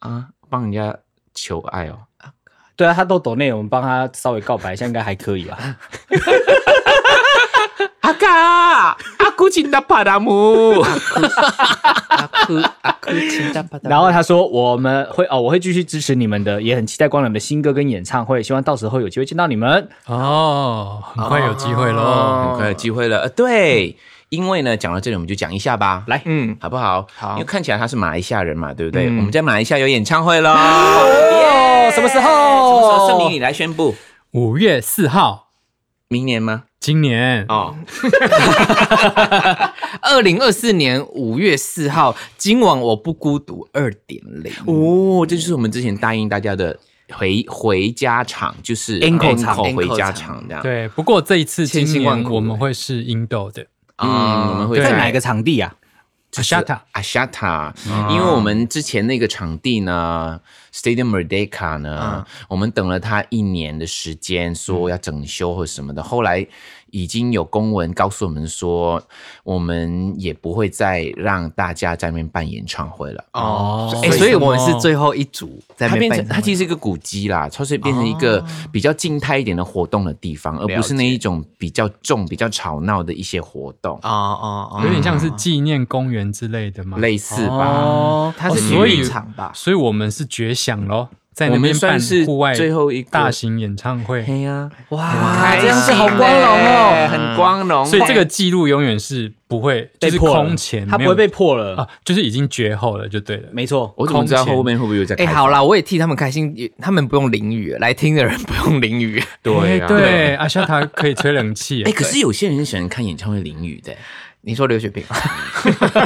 Speaker 3: 啊， 帮人家求爱哦。
Speaker 2: 对啊，他都抖内，我们帮他稍微告白一下，应该还可以吧？
Speaker 3: 阿嘎， 阿古钦达巴达 姆。
Speaker 1: 阿库阿库钦达帕达木，
Speaker 2: 然后他说我们会哦，我会继续支持你们的，也很期待光良的新歌跟演唱会，希望到时候有机会见到你们。
Speaker 4: 哦，很快有机会喽。
Speaker 3: 很快有机会了。呃，对，因为呢，讲到这里我们就讲一下吧，
Speaker 2: 来
Speaker 1: 嗯，
Speaker 3: 好不好？
Speaker 1: 好
Speaker 3: 因为看起来他是马来西亚人嘛，对不对？
Speaker 1: 嗯
Speaker 3: 我们在马来西亚有演唱会喽。
Speaker 2: 哦，什么时
Speaker 3: 什么时
Speaker 2: 候？
Speaker 3: 候？盛明，你来宣布，
Speaker 4: 五月四号，
Speaker 3: 明年吗？
Speaker 4: 今年
Speaker 3: 哦，
Speaker 1: 二零二四年五月四号，今晚我不孤独二点零。
Speaker 3: 哦，这就是我们之前答应大家的回回家场，就是
Speaker 2: Encore 场
Speaker 3: Encore
Speaker 1: Encore
Speaker 3: 回家
Speaker 1: 场
Speaker 3: 场这样。，
Speaker 4: 对，不过这一次今
Speaker 1: 千辛万
Speaker 4: 年
Speaker 1: 苦
Speaker 4: 我们会是英豆的
Speaker 3: 嗯，我们会
Speaker 4: 对
Speaker 2: 在哪个场地啊？啊
Speaker 4: Ashata。
Speaker 3: 阿夏
Speaker 1: 啊
Speaker 3: 塔，因为我们之前那个场地呢，Stadium Merdeka 呢，
Speaker 1: 啊
Speaker 3: 我们等了他一年的时间，说要整修或什么的，后来已经有公文告诉我们说，我们也不会再让大家在那边办演唱会了。
Speaker 4: 哦
Speaker 1: 哎、所以我们是最后一组在
Speaker 3: 它
Speaker 1: 那
Speaker 3: 变
Speaker 1: 边
Speaker 3: 成
Speaker 1: 办演
Speaker 3: 它
Speaker 1: 唱会，哦
Speaker 3: 其实是一个古迹啦，它是变成一个比较静态一点的活动的地方，而不是那一种比较重、比较吵闹的一些活动，
Speaker 1: 哦哦哦，
Speaker 4: 有点像是纪念公园之类的嘛，
Speaker 3: 类似吧。
Speaker 4: 哦，
Speaker 1: 它是
Speaker 4: 哦所以
Speaker 1: 体育场吧
Speaker 4: 所以我们是绝响喽，在
Speaker 3: 我
Speaker 4: 那
Speaker 3: 们
Speaker 4: 边
Speaker 3: 算
Speaker 4: 办
Speaker 3: 是
Speaker 4: 户外
Speaker 3: 最后一个
Speaker 4: 大型演唱会，
Speaker 3: 嘿呀、
Speaker 1: 哇
Speaker 3: 这样子好光荣哦，很光荣。
Speaker 4: 所以这个记录永远是不会
Speaker 2: 被
Speaker 4: 就是
Speaker 2: 破了
Speaker 4: 空前，
Speaker 2: 它
Speaker 4: 没
Speaker 2: 不
Speaker 4: 有
Speaker 2: 会被破了，
Speaker 4: 啊，就是已经绝后了，就对了。
Speaker 2: 没错。
Speaker 3: 我怎么知道后面会不会有在
Speaker 1: 哎、
Speaker 3: 开放？
Speaker 1: 好啦，我也替他们开心，也他们不用淋雨，来听的人不用淋雨。
Speaker 3: 对
Speaker 4: 哎
Speaker 3: 啊
Speaker 4: 对，阿夏塔可以吹冷气 啊
Speaker 3: 哎、，可是有些人喜欢看演唱会淋雨的、
Speaker 1: 你说刘雪萍，啊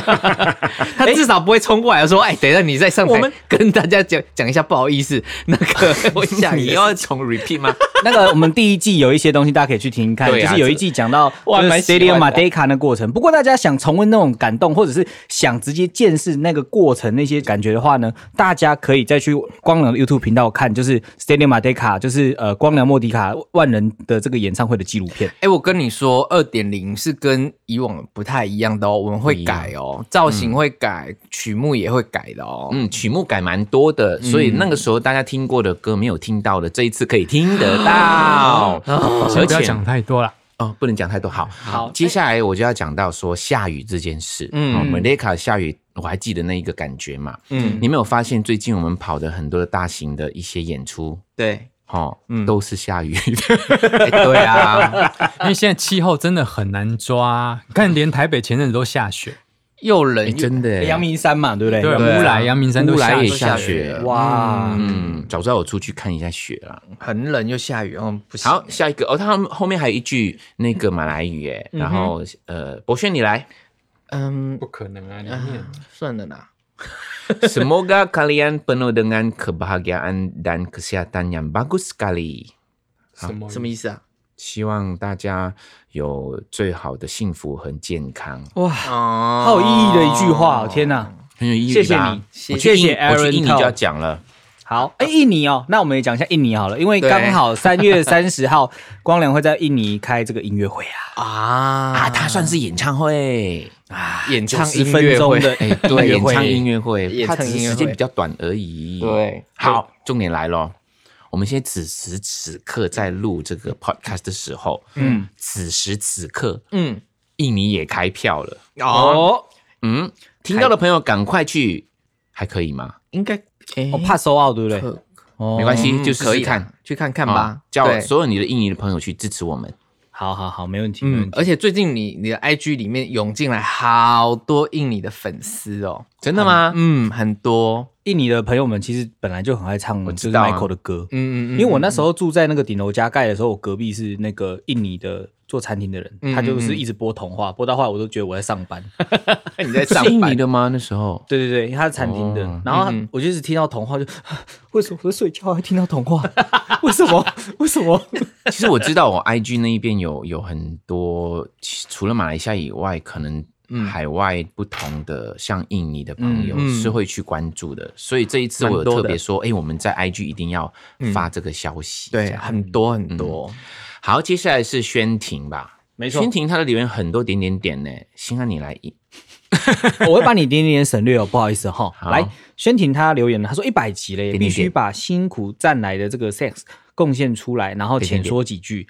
Speaker 1: 他至少不会冲过来说：“哎、等一下你再上台，
Speaker 3: 我们
Speaker 1: 跟大家讲讲一下，不好意思，那个 我下 雨
Speaker 3: 你
Speaker 1: 了。
Speaker 3: 要重 repeat 吗？
Speaker 2: 那个我们第一季有一些东西大家可以去听听看，
Speaker 3: 对
Speaker 2: 就
Speaker 3: 啊
Speaker 2: 是有一季讲到
Speaker 3: 我
Speaker 2: 就
Speaker 3: 还
Speaker 2: 是
Speaker 3: 蛮喜
Speaker 2: Stadium
Speaker 3: 欢的
Speaker 2: m a d e c a 那过程。不过大家想重温那种感动，或者是想直接见识那个过程那些感觉的话呢，大家可以再去光良的 YouTube 频道看，就是 Stadium m a d e c a 就是呃光良莫迪卡万人的这个演唱会的纪录片。
Speaker 1: 哎、我跟你说，二点零是跟以往不太一样的哦，我们会改哦，造型会改，曲目也会改的哦。
Speaker 3: 嗯，曲目改蛮多的，所以那个时候大家听过的歌没有听到的，这一次可以听得到，
Speaker 1: 哦
Speaker 4: 先
Speaker 3: 而
Speaker 4: 不要
Speaker 3: 且
Speaker 4: 讲太多了。
Speaker 3: 哦，不能讲太多。好，好，接下来我就要讲到说下雨这件事。
Speaker 1: 嗯
Speaker 3: 嗯，我们 Leica 下雨，我还记得那一个感觉嘛。
Speaker 1: 嗯，
Speaker 3: 你没有发现最近我们跑的很多的大型的一些演出，
Speaker 1: 对，
Speaker 3: 哦，
Speaker 1: 嗯
Speaker 3: 都是下雨 的。
Speaker 1: 哎对啊，
Speaker 4: 因为现在气候真的很难抓，你看连台北前阵子都下雪，
Speaker 1: 又冷
Speaker 3: 哎
Speaker 1: 又
Speaker 3: 真的耶，
Speaker 2: 阳明山嘛，对
Speaker 3: 哎
Speaker 2: 不对？
Speaker 4: 对，
Speaker 1: 对啊
Speaker 4: 乌来、阳明山都
Speaker 3: 乌
Speaker 4: 下
Speaker 3: 来也
Speaker 4: 雪。
Speaker 3: 下雪了。
Speaker 2: 哇，
Speaker 3: 嗯，早知道我出去看一下雪了。
Speaker 1: 很冷又下雨，嗯，不行。
Speaker 3: 好，下一个哦，他们后面还有一句那个马来语耶，然后呃，博轩你来，
Speaker 1: 嗯，
Speaker 4: 不可能啊！
Speaker 1: 算了啦。
Speaker 3: Semoga kalian penuh dengan kebahagiaan dan kesehatan yang bagus sekali。
Speaker 4: 什么
Speaker 1: 什么意思啊？
Speaker 3: 希望大家有最好的幸福和健康，
Speaker 1: 哦，
Speaker 2: 啊好有意义的一句话，哦，天哪！
Speaker 3: 很有意义吧。
Speaker 2: 谢谢你
Speaker 3: 我去
Speaker 2: 谢
Speaker 3: 印
Speaker 2: 谢 Aaron
Speaker 3: 我去印尼
Speaker 2: Tao
Speaker 3: 就要讲了。
Speaker 2: 好，哎、印尼哦，那我们也讲一下印尼好了，因为
Speaker 1: 对
Speaker 2: 刚好三月三十号，光良会在印尼开这个音乐会啊，
Speaker 1: 啊
Speaker 3: 啊，它算是演唱会，
Speaker 1: 演唱
Speaker 2: 90
Speaker 1: 音
Speaker 2: 分
Speaker 1: 乐
Speaker 2: 钟
Speaker 1: 会，
Speaker 2: 的
Speaker 3: 哎、
Speaker 2: 音
Speaker 3: 对，
Speaker 2: 乐
Speaker 3: 演
Speaker 2: 会
Speaker 3: 唱音乐会，
Speaker 1: 演
Speaker 3: 它
Speaker 1: 唱
Speaker 3: 只是
Speaker 1: 音乐
Speaker 3: 时间
Speaker 1: 会
Speaker 3: 比较短而已。
Speaker 1: 对
Speaker 3: 好，重点来咯。我们现在此时此刻在录这个 podcast 的时候，嗯，此时此刻，
Speaker 1: 嗯，
Speaker 3: 印尼也开票了。
Speaker 1: 哦，，
Speaker 3: 嗯，听到的朋友赶快去，还可以吗？
Speaker 1: 应该，哎
Speaker 2: 我、哦怕收澳，对不对？
Speaker 1: 可
Speaker 2: 哦
Speaker 3: 没关系，
Speaker 1: 嗯
Speaker 3: 就试
Speaker 1: 可
Speaker 3: 试
Speaker 1: 以
Speaker 3: 看
Speaker 1: 啦，去看看
Speaker 3: 啊
Speaker 1: 吧，
Speaker 3: 叫
Speaker 1: 对
Speaker 3: 所有你的印尼的朋友去支持我们。
Speaker 2: 好好好，没问题，没问
Speaker 1: 嗯
Speaker 2: 题。，
Speaker 1: 而且最近你你的 IG 里面涌进来好多印尼的粉丝哦，
Speaker 3: 真的吗？
Speaker 1: 嗯，很多，
Speaker 2: 印尼的朋友们其实本来就很爱唱就是
Speaker 3: 知道啊
Speaker 2: Michael 的歌，
Speaker 1: 嗯
Speaker 2: 因为我那时候住在那个顶楼加盖的时候，我隔壁是那个印尼的做餐厅的人，
Speaker 1: 嗯
Speaker 2: 他就是一直播童话，播到后来我都觉得我在上班。
Speaker 1: 那你在
Speaker 3: 是
Speaker 1: 上
Speaker 3: 印尼
Speaker 1: 班，
Speaker 3: 的吗？那时候
Speaker 2: 对对对，因为他是餐厅的，
Speaker 3: 哦
Speaker 2: 然后我就是听到童话就， 为什么我在睡觉还听到童话？ 为什么？ 为什么？
Speaker 3: 其实我知 道，我 IG 那一边有有很多，其除了马来西亚以外，可能海外不同的，像印尼的朋友
Speaker 1: 嗯
Speaker 3: 是会去关注的。所以这一次我有
Speaker 1: 蛮多
Speaker 3: 特
Speaker 1: 的嗯
Speaker 3: 别说，哎、我们在 IG 一定要发这个消息。这
Speaker 1: 对，
Speaker 3: 样
Speaker 1: 很多很多，
Speaker 3: 好，接下来是宣婷吧。
Speaker 2: 没
Speaker 3: 宣婷她的留言很多点点点呢，心安你来印
Speaker 2: 我会把你点点点省略哦，不好意思哈、
Speaker 3: 好
Speaker 2: 来，宣婷她留言了，她说一百集了耶，
Speaker 3: 点点
Speaker 2: 必须
Speaker 3: 点
Speaker 2: 把辛苦赚来的这个 sex 贡献出来，然后
Speaker 3: 点点
Speaker 2: 浅说几句。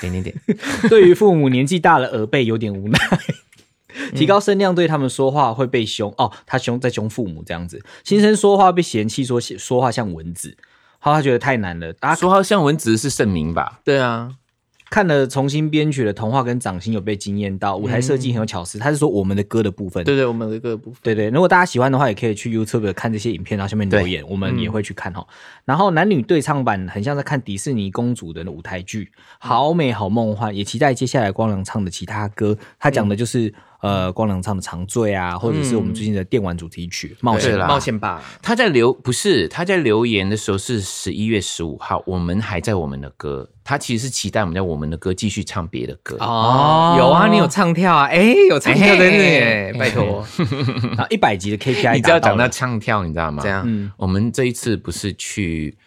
Speaker 3: 点点 点，
Speaker 2: 对于父母年纪大了耳背有点无 奈。提高声量对他们说话会被凶哦，他凶在凶父母这样子，新生说话被嫌弃说说话像蚊子，好他觉得太难了。啊，
Speaker 3: 说好像文子是盛名吧？
Speaker 1: 对啊，
Speaker 2: 看了重新编曲的童话跟掌心有被惊艳到，舞台设计很有巧思。他是说我们的歌的部分，
Speaker 1: 对对，我们有一个部分，
Speaker 2: 对对，如果大家喜欢的话，也可以去 YouTube 看这些影片，然后下面留言，我们也会去看哈、然后男女对唱版很像在看迪士尼公主的舞台剧，好美好梦幻，也期待接下来光良唱的其他歌。他讲的就是、呃，光良唱的《长醉》啊，或者是我们最近的电玩主题曲《冒险
Speaker 1: 对
Speaker 3: 对啦
Speaker 1: 冒险吧，
Speaker 3: 他在留不是他在留言的时候是十一月十五号，我们还在我们的歌，他其实是期待我们在我们的歌继续唱别的歌。
Speaker 1: 哦，有啊，你有唱跳啊，哎，有唱跳的耶，拜托，》，
Speaker 2: 然后一百集的 KPI
Speaker 3: 你知道
Speaker 2: 达
Speaker 3: 讲
Speaker 2: 到
Speaker 3: 到
Speaker 2: 了
Speaker 3: 唱跳，你知道吗？
Speaker 1: 这样，
Speaker 3: 我们这一次不是去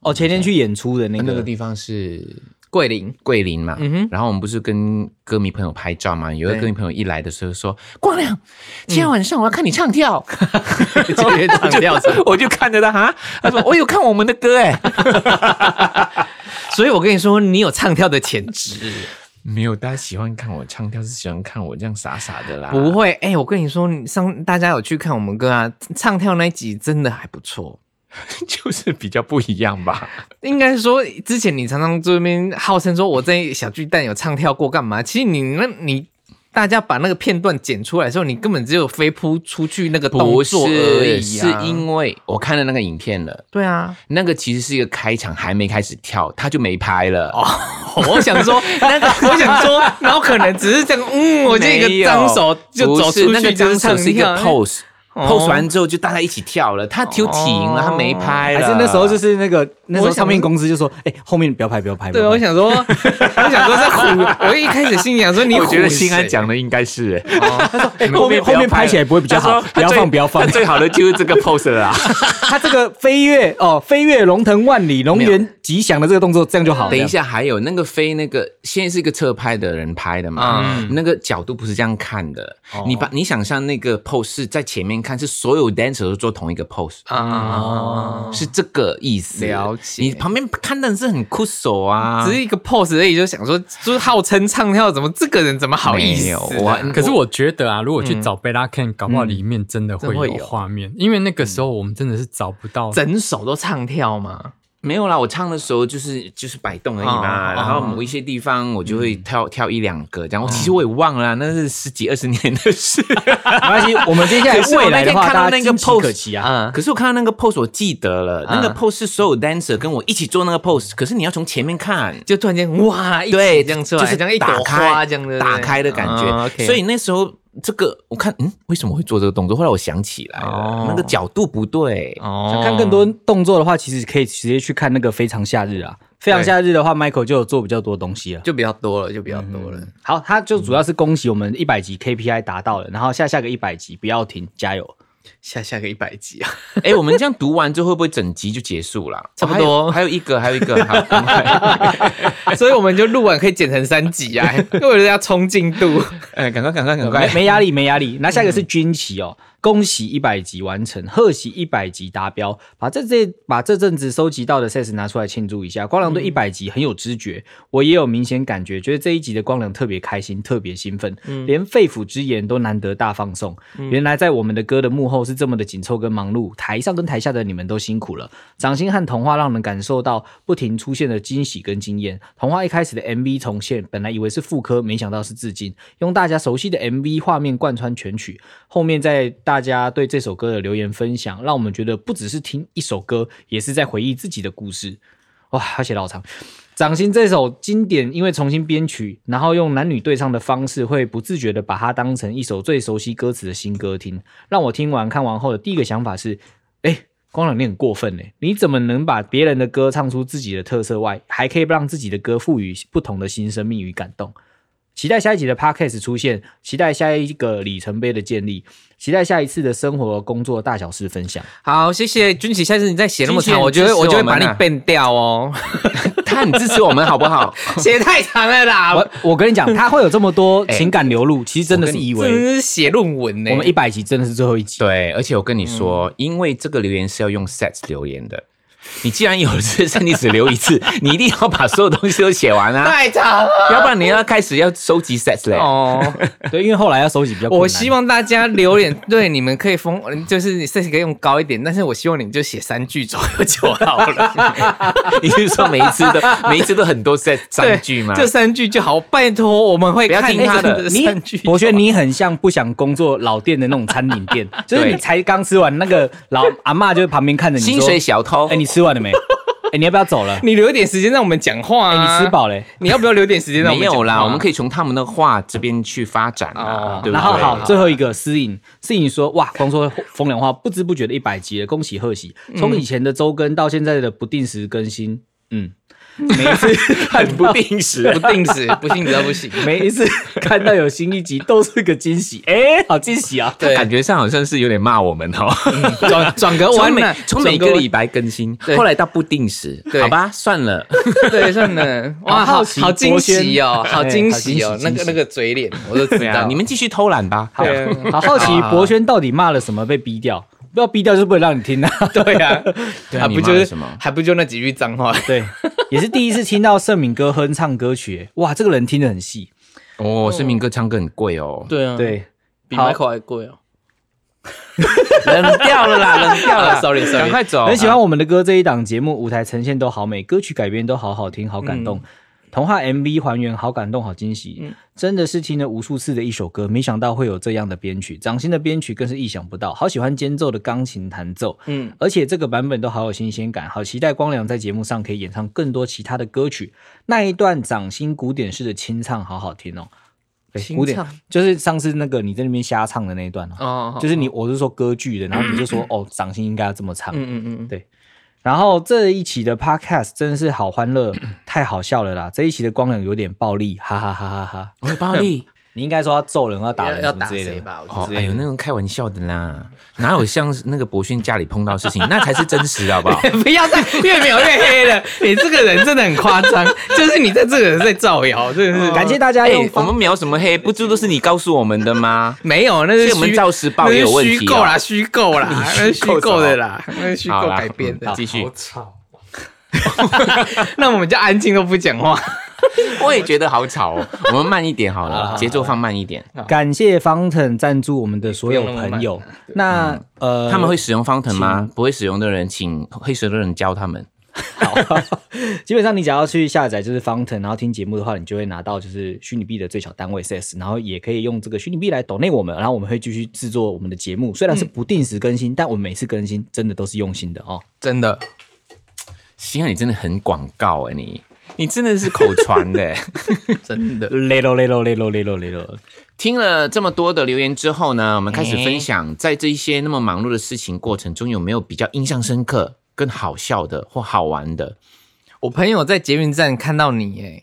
Speaker 2: 哦，前天去演出的那个、
Speaker 3: 哎那个地方是
Speaker 1: 桂 林，
Speaker 3: 桂林嘛，然后我们不是跟歌迷朋友拍照嘛？有一个
Speaker 1: 对
Speaker 3: 歌迷朋友一来的时候说：“光良，今天晚上我要看你唱跳。
Speaker 1: 直接唱跳什么
Speaker 3: 我就看着他哈，他说：“我有看我们的歌哎，
Speaker 1: 所以我跟你说，你有唱跳的潜质。
Speaker 3: 没有，大家喜欢看我唱跳是喜欢看我这样傻傻的啦。”
Speaker 1: 不会，哎、我跟你说，你上大家有去看我们歌啊，唱跳那一集真的还不错。
Speaker 3: 就是比较不一样吧。
Speaker 1: 应该说，之前你常常这边号称说我在小巨蛋有唱跳过干嘛？其实你那你大家把那个片段剪出来的时候，你根本只有飞扑出去那个动
Speaker 3: 不
Speaker 1: 作而
Speaker 3: 是，
Speaker 1: 已、
Speaker 3: 是
Speaker 1: 啊。
Speaker 3: 因为我看了那个影片了，
Speaker 1: 对啊，
Speaker 3: 那个其实是一个开场，还没开始跳，他就没拍了。哦，
Speaker 1: 我想 说，那个我想说，然后可能只是这样，嗯，我就一个脏手就走出去，
Speaker 3: 那个
Speaker 1: 就
Speaker 3: 张
Speaker 1: 唱
Speaker 3: 手是一个
Speaker 1: 跳
Speaker 3: pose，
Speaker 1: 哦
Speaker 3: ，pose 完之后就大家一起跳了，他丢体赢了，他没拍了，
Speaker 2: 还是那时候就是是那个那时
Speaker 1: 我
Speaker 2: 候
Speaker 1: 想
Speaker 2: 唱片公司就说，哎、后面不要拍，不要拍。
Speaker 1: 对，
Speaker 2: 不要
Speaker 1: 我
Speaker 2: 拍
Speaker 1: 想 说，我想说在唬，我一开始心里想说你唬
Speaker 3: 我觉得新安
Speaker 1: 谁
Speaker 3: 讲的应该是、 欸
Speaker 2: 后面后面拍起来不会比较好，不要放不要放
Speaker 3: 他。最好的就是这个 pose 了啦。
Speaker 2: 他这个飞跃哦，飞跃龙腾万里，龙源吉祥的这个动作，这样就好。
Speaker 3: 等一，下，还有那个飞那个，现在是一个侧拍的人拍的嘛，
Speaker 1: 嗯
Speaker 3: 那个角度不是这样看的。
Speaker 1: 哦
Speaker 3: 你把你想象那个 pose 是在前面看，是所有 dancer 都做同一个 pose，、
Speaker 1: 啊，
Speaker 3: 是这个意思。
Speaker 1: 了解
Speaker 3: 你旁边看的是很酷手啊，
Speaker 1: 只是一个 pose 而已，就想说，就是号称唱跳，怎么这个人怎么好意
Speaker 3: 没
Speaker 1: 思
Speaker 3: 有
Speaker 1: 啊？
Speaker 3: 我
Speaker 1: 我
Speaker 4: 可是我觉得啊，如果去找贝拉 Ken，搞不好里面真的
Speaker 1: 真会
Speaker 4: 会
Speaker 1: 有嗯
Speaker 4: 有画面，因为那个时候我们真的是找不到。
Speaker 1: 整首都唱跳嘛，
Speaker 3: 没有啦，我唱的时候就是就是摆动而已嘛，
Speaker 1: 哦嗯
Speaker 3: 然后某一些地方我就会跳、跳一两个这样。我其实我也忘了啦，啊那是十几二十年的事。
Speaker 2: 没关系，我们接下来
Speaker 3: 可是我
Speaker 2: 未
Speaker 3: 那
Speaker 2: 来的
Speaker 3: 天
Speaker 2: 话，
Speaker 3: 看到
Speaker 2: 大家
Speaker 3: 那个哦
Speaker 2: 敬期
Speaker 3: pose，
Speaker 2: 可期啊。
Speaker 1: 嗯，
Speaker 3: 可是我看到那个 pose，我记得了，那个 pose 是所有 dancer 跟我一起做那个 pose，可是你要从前面看。
Speaker 1: 就突然间哇，一起
Speaker 3: 对，
Speaker 1: 这样出来，
Speaker 3: 就是
Speaker 1: 这样一朵
Speaker 3: 打
Speaker 1: 花
Speaker 3: 开
Speaker 1: 这样的哦
Speaker 3: 打开的感
Speaker 1: 啊
Speaker 3: 觉。所以那时候这个我看，嗯，为什么会做这个动作？后来我想起来了，
Speaker 1: 哦
Speaker 3: 那个角度不对。
Speaker 1: 哦
Speaker 2: 想看更多动作的话，其实可以直接去看那个《非常夏日》啊，《非常夏日》的话，Michael 就有做比较多东西了。
Speaker 1: 就比较多了，就比较多了。
Speaker 2: 好，他就主要是恭喜我们一百集 KPI 达到了，然后下下个一百集不要停，加油！
Speaker 1: 下下个一百集啊，
Speaker 3: 哎，我们这样读完之后，会不会整集就结束了？
Speaker 1: 差不多
Speaker 3: 哦还有还有一个，还有一个，好赶快，
Speaker 1: 所以我们就录完可以剪成三集 啊，因为我觉得要冲进度。
Speaker 3: 哎，赶快，赶快，赶快
Speaker 2: 没。没压力，没压力。那下一个是军旗哦，恭喜一百集完成，贺喜一百集达标，把这这把这阵子收集到的 s e s 拿出来庆祝一下。光良对一百集很有知觉，我也有明显感觉，觉得这一集的光良特别开心，特别兴奋，连肺腑之言都难得大放送。原来在我们的歌的幕后是这么的紧凑跟忙碌，台上跟台下的你们都辛苦了。掌心和童话让人感受到不停出现的惊喜跟惊艳。童话一开始的 MV 重现，本来以为是复刻，没想到是致敬，用大家熟悉的 MV 画面贯穿全曲。后面在大家对这首歌的留言分享，让我们觉得不只是听一首歌，也是在回忆自己的故事。哇，他写的好长。掌心这首经典，因为重新编曲，然后用男女对唱的方式，会不自觉的把它当成一首最熟悉歌词的新歌听。让我听完看完后的第一个想法是，哎、光良你很过分呢、欸你怎么能把别人的歌唱出自己的特色外，还可以让自己的歌赋予不同的新生命与感动？期待下一集的 podcast 出现，期待下一个里程碑的建立，期待下一次的生活、工作大小事分享。
Speaker 1: 好，谢谢军旗，下次你再写那么
Speaker 3: 军
Speaker 1: 长，
Speaker 3: 旗
Speaker 1: 我觉得
Speaker 3: 支持
Speaker 1: 我就会
Speaker 3: 我们
Speaker 1: 把
Speaker 3: 啊
Speaker 1: 你变 掉哦，
Speaker 3: 他很支持我们，好不好？
Speaker 1: 写太长了啦，
Speaker 2: 我我跟你 讲，他会有这么多
Speaker 1: 哎
Speaker 2: 情感流露，其实真的是以
Speaker 1: 真
Speaker 2: 为
Speaker 1: 的是写论文呢。
Speaker 2: 我们一百集真的是最后一集。
Speaker 3: 对，而且我跟你说，因为这个留言是要用 set 留言的。你既然有这身体只留一次，你一定要把所有东西都写完啊！
Speaker 1: 太长了
Speaker 3: 要不然你要开始要收集 sets 嘞。
Speaker 1: 哦。
Speaker 2: 对，因为后来要收集比较困难。
Speaker 1: 我希望大家留言对你们可以封，就是你 size 可以用高一点，但是我希望你们就写三句左右就好了。
Speaker 3: 你是说每一次都每一次都很多 set 三句吗？
Speaker 1: 对这三句就好，拜托我们会
Speaker 3: 不要
Speaker 1: 看
Speaker 3: 听他的
Speaker 1: 这
Speaker 2: 你
Speaker 1: 三句。，
Speaker 2: 我觉得你很像不想工作老店的那种餐饮 店，就是你才刚吃完那个老阿嬷就在旁边看着你说
Speaker 3: 薪水小偷。
Speaker 2: 哎、你吃完了没？哎、你要不要走了？
Speaker 1: 你留一点时间让我们讲话
Speaker 2: 哎、
Speaker 1: 啊！
Speaker 2: 你吃？饱 嘞？
Speaker 1: 你要不要留点时间让我
Speaker 3: 没
Speaker 1: 们讲话？
Speaker 3: 有啦，我们可以从他们的话这边去发展啊
Speaker 1: 哦，
Speaker 3: 对不
Speaker 2: 然后
Speaker 3: 对？
Speaker 2: 好，最后一个思颖，思颖说：“哇，光说风凉话，不知不觉的一百集了，恭喜贺喜！
Speaker 3: 嗯
Speaker 2: 从以前的周更到现在的不定时更新，嗯，每一次看
Speaker 3: 很
Speaker 2: 不
Speaker 3: 不定时，
Speaker 1: 不定时，不定时到不行。
Speaker 2: 每一次看到有新一集都是个惊喜， 哎、好惊喜啊！
Speaker 1: 对
Speaker 3: 感觉上好像是有点骂我们哦。
Speaker 1: 转 转个
Speaker 3: 从
Speaker 1: 弯
Speaker 3: 每
Speaker 1: 呢？
Speaker 3: 从每个礼拜更新，
Speaker 1: 对
Speaker 3: 后来到不定时
Speaker 1: 对，
Speaker 3: 好吧，算了。
Speaker 1: 拜 对，算了。哇，
Speaker 2: 好
Speaker 1: 好
Speaker 2: 好奇
Speaker 1: 好惊
Speaker 2: 博轩
Speaker 1: 喜 哦，好
Speaker 2: 哎
Speaker 1: 惊
Speaker 2: 好惊
Speaker 1: 喜哦！
Speaker 2: 喜
Speaker 1: 那
Speaker 2: 惊
Speaker 1: 个
Speaker 2: 喜
Speaker 1: 那个嘴脸，我都知
Speaker 3: 对
Speaker 1: 道。
Speaker 3: 啊，你们继续偷懒吧。
Speaker 2: 好
Speaker 1: 对啊，
Speaker 2: 好好奇博轩到底骂了什么被逼掉？不要逼掉就是不能让你 听啊！
Speaker 1: 对啊，
Speaker 3: 对啊
Speaker 1: 还
Speaker 3: 你
Speaker 1: 不
Speaker 3: 骂
Speaker 1: 就
Speaker 3: 了
Speaker 1: 是
Speaker 3: 什么
Speaker 1: 还不就那几句脏话？
Speaker 2: 对，也是第一次听到盛敏哥哼唱歌曲，哇，这个人听得很细。
Speaker 3: 哦，盛明哥唱歌很贵哦，
Speaker 1: 对啊，
Speaker 2: 对，
Speaker 1: 比
Speaker 2: 好
Speaker 1: Michael 还贵哦。
Speaker 3: 冷掉了啦，冷掉
Speaker 1: 啊
Speaker 3: 了
Speaker 1: ，sorry，sorry
Speaker 3: 赶快走。
Speaker 2: 很喜欢我们的歌这一档节目，舞台呈现都好美，歌曲改编都好好听，好感
Speaker 1: 嗯
Speaker 2: 动。童话 MV 还原好感动，好惊喜，真的是听了无数次的一首歌，没想到会有这样的编曲，掌心的编曲更是意想不到，好喜欢间奏的钢琴弹奏，
Speaker 1: 嗯
Speaker 2: 嗯，而且这个版本都好有新鲜感，好期待光良在节目上可以演唱更多其他的歌曲，那一段掌心古典式的清唱好好听哦。对，
Speaker 1: 清
Speaker 2: 古典
Speaker 1: 唱
Speaker 2: 就是上次那个你在那边瞎唱的那一段哦，
Speaker 1: 哦，
Speaker 2: 就是你我是说歌剧的，然后你就说哦，掌心应该要这么唱。
Speaker 1: 嗯嗯嗯，
Speaker 2: 然后这一期的 podcast 真的是好欢 乐，太好笑了啦！这一期的光良有点暴力，哈哈哈哈哈！
Speaker 3: 我暴力
Speaker 2: 你应该说要揍人，要打人
Speaker 1: 要要
Speaker 2: 什么
Speaker 1: 打
Speaker 2: 之类的
Speaker 1: 谁吧？我觉
Speaker 3: 哦
Speaker 1: 得，
Speaker 3: 哎呦，那种开玩笑的啦，哪有像那个博勋家里碰到的事情，那才是真实的，好不好？哎
Speaker 1: 不要再越描越黑了， 你这个人真的很夸张，就是你在这个人在造谣，真的是？
Speaker 2: 感谢大家
Speaker 3: 哎、
Speaker 2: 用
Speaker 3: 我
Speaker 2: 方
Speaker 3: 们描什么黑？不就都是你告诉我们的吗
Speaker 1: 没有，那是
Speaker 3: 所以我们
Speaker 1: 虚
Speaker 3: 造时报也有问题哦
Speaker 1: 那是虚构啦，虚构 啦，那是
Speaker 3: 虚构
Speaker 1: 虚构
Speaker 3: 什么
Speaker 1: 的啦，那是虚
Speaker 3: 好
Speaker 1: 构
Speaker 3: 啦
Speaker 1: 改编的
Speaker 3: 嗯。继续。
Speaker 1: 那我们就安静都不讲话。
Speaker 3: 我也觉得好吵哦，我们慢一点好了，节奏放慢一点。
Speaker 2: 感谢方腾赞助我们的所有朋友。那呃，
Speaker 1: 嗯
Speaker 3: 他们会使用方腾吗？不会使用的人，请会使用的人教他们。
Speaker 2: 呃 基本上你只要去下载就是方腾，然后听节目的话，你就会拿到就是虚拟币的最小单位 CS，然后也可以用这个虚拟币来抖内我们，然后我们会继续制作我们的节目，虽然是不定时更新，但我们每次更新真的都是用心的哦。
Speaker 1: 真的，
Speaker 3: 希望你真的很广告哎、你你真的是口传的、欸
Speaker 1: 真的，
Speaker 2: 累喽累喽累喽累喽累喽，
Speaker 3: 听了这么多的留言之后呢，我们开始
Speaker 1: 哎
Speaker 3: 分享，在这一些那么忙碌的事情过程中，有没有比较印象深刻、更好笑的或好玩的？
Speaker 1: 我朋友在捷运站看到你，
Speaker 3: 欸
Speaker 1: 哎，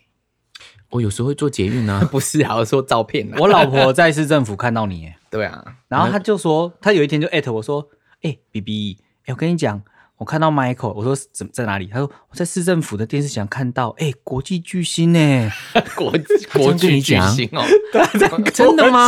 Speaker 3: 我有时候会做捷运呢、
Speaker 1: 不是啊，我说照片 啊，
Speaker 2: 我老婆在市政府看到你耶，
Speaker 1: 对啊，
Speaker 2: 然后她就说，她有一天就艾特我说，哎、b B，哎、我跟你讲。我看到 Michael，我说怎在哪里？他说我在市政府的电视墙看到，哎、国际巨星 呢？
Speaker 1: 国国
Speaker 3: 跟
Speaker 1: 剧
Speaker 3: 你
Speaker 1: 巨
Speaker 3: 讲啊
Speaker 1: 星 哦，
Speaker 3: 真的吗？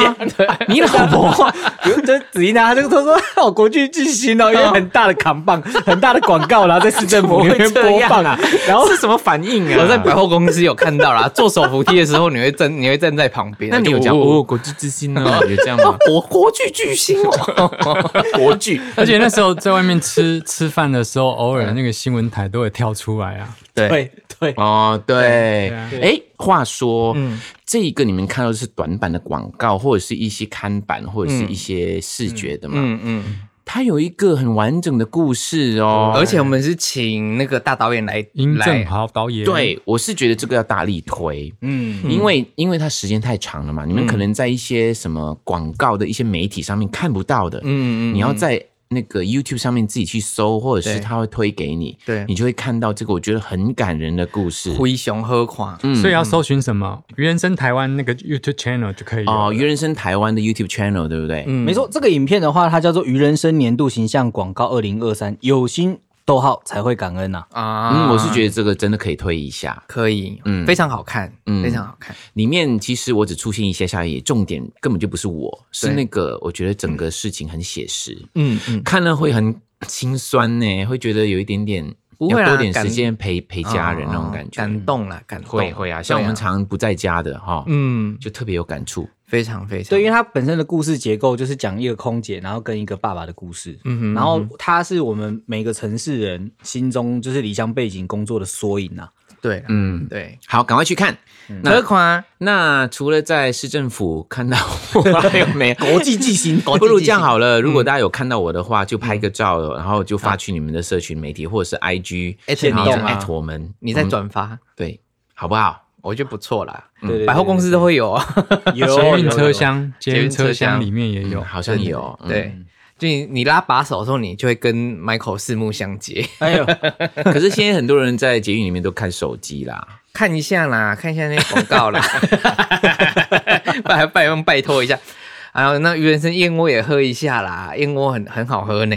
Speaker 3: 你老 婆
Speaker 2: 就子怡娜，她就说哦，国剧巨星 哦，因为很大的扛棒，很大的广告，然后在市政府那边播放啊，然后
Speaker 3: 是什么反应啊？
Speaker 1: 我在百货公司有看到啦，坐手扶梯的时候你会站，你会站在旁边，
Speaker 3: 那你有
Speaker 1: 就
Speaker 3: 讲
Speaker 1: 哦
Speaker 3: 哦，国际之星呢？ 有这样吗？
Speaker 1: 国国剧巨星哦，
Speaker 3: 国剧，
Speaker 4: 而且那时候在外面吃 吃饭的时候，偶尔那个新闻台都会跳出来啊。
Speaker 3: 对。
Speaker 2: 对对，
Speaker 3: 哦，对，
Speaker 4: 啊
Speaker 3: 哎，话说，
Speaker 1: 嗯
Speaker 3: 这一个你们看到的是短版的广告，或者是一些看板，或者是一些视觉的嘛？
Speaker 1: 嗯嗯，
Speaker 3: 它有一个很完整的故事哦，
Speaker 1: 而且我们是请那个大导演来
Speaker 4: 殷正
Speaker 1: 来，
Speaker 4: 豪导演，
Speaker 3: 对我是觉得这个要大力推，
Speaker 2: 嗯，
Speaker 3: 因为因为它时间太长了嘛，你们
Speaker 1: 嗯
Speaker 3: 可能在一些什么广告的一些媒体上面看不到的，
Speaker 1: 嗯嗯，
Speaker 3: 你要在那个 YouTube 上面自己去搜，或者是
Speaker 1: 对
Speaker 3: 他会推给你，
Speaker 1: 对
Speaker 3: 你就会看到这个我觉得很感人的故事。嗯
Speaker 1: 灰熊喝垮，
Speaker 4: 所以要搜寻什么“愚人生台湾”那个 YouTube channel 就可以有
Speaker 3: 哦，
Speaker 4: 了
Speaker 3: 余人生台湾的 YouTube channel 对不对？嗯，
Speaker 2: 没错，这个影片的话，它叫做《愚人生年度形象广告二零二三》，有心逗号才会感恩呐、
Speaker 1: 啊
Speaker 3: 嗯我是觉得这个真的可以推一下。
Speaker 1: 可以，
Speaker 3: 嗯
Speaker 1: 嗯，非常好看，
Speaker 3: 嗯
Speaker 1: 嗯，非常好看，
Speaker 3: 里面其实我只出现一下下，也重点根本就不是我，是
Speaker 1: 对
Speaker 3: 那个我觉得整个事情很写实，
Speaker 1: 嗯嗯，
Speaker 3: 看了会很心酸呢，会觉得有一点点
Speaker 1: 不会
Speaker 3: 要
Speaker 1: 啦
Speaker 3: 多点时
Speaker 1: 感哦
Speaker 3: 间陪陪家人那种感觉。
Speaker 1: 感动啦，感动
Speaker 3: 会会啊，像我们，常不在家的哈，
Speaker 1: 对嗯，
Speaker 3: 就特别有感触。
Speaker 1: 非常非常，
Speaker 2: 对，因为它本身的故事结构就是讲一个空姐，然后跟一个爸爸的故事。嗯哼，然后它是我们每个城市人心中就是离乡背景工作的缩影啊。
Speaker 1: 对
Speaker 3: 嗯，
Speaker 1: 对，
Speaker 3: 好，赶快去看。那
Speaker 1: 喝垮，
Speaker 3: 那除了在市政府看到我，还有没有？
Speaker 2: 国际巨星，
Speaker 3: 不如这样好了，如果大家有看到我的话，就拍个照，然后就发去你们的社群媒体或者是 IG，
Speaker 1: 艾特
Speaker 3: 然后
Speaker 1: 你
Speaker 3: 就
Speaker 1: 啊
Speaker 3: 艾特我们，
Speaker 1: 你
Speaker 3: 我
Speaker 1: 在
Speaker 3: 们
Speaker 1: 转发，
Speaker 3: 对，好不好？
Speaker 1: 我觉得不错啦，
Speaker 2: 对，对对
Speaker 1: 嗯百货公司都会有哦，
Speaker 2: 有
Speaker 4: 捷运
Speaker 2: 有
Speaker 4: 车
Speaker 2: 有
Speaker 4: 厢，捷
Speaker 1: 捷
Speaker 4: 运
Speaker 1: 运
Speaker 4: 车
Speaker 1: 车
Speaker 4: 厢
Speaker 1: 厢
Speaker 4: 里面也有
Speaker 3: 嗯。好像有，嗯
Speaker 1: 对。就你你拉把手的时候，你就会跟 Michael 四目相接，
Speaker 2: 哎呦，
Speaker 3: 嗯可是现在很多人在捷运里面都看手机啦，
Speaker 1: 看一下啦，看一下那些广告啦，拜拜拜托一下。还有那原生燕窝也喝一下啦，燕窝很很好喝呢。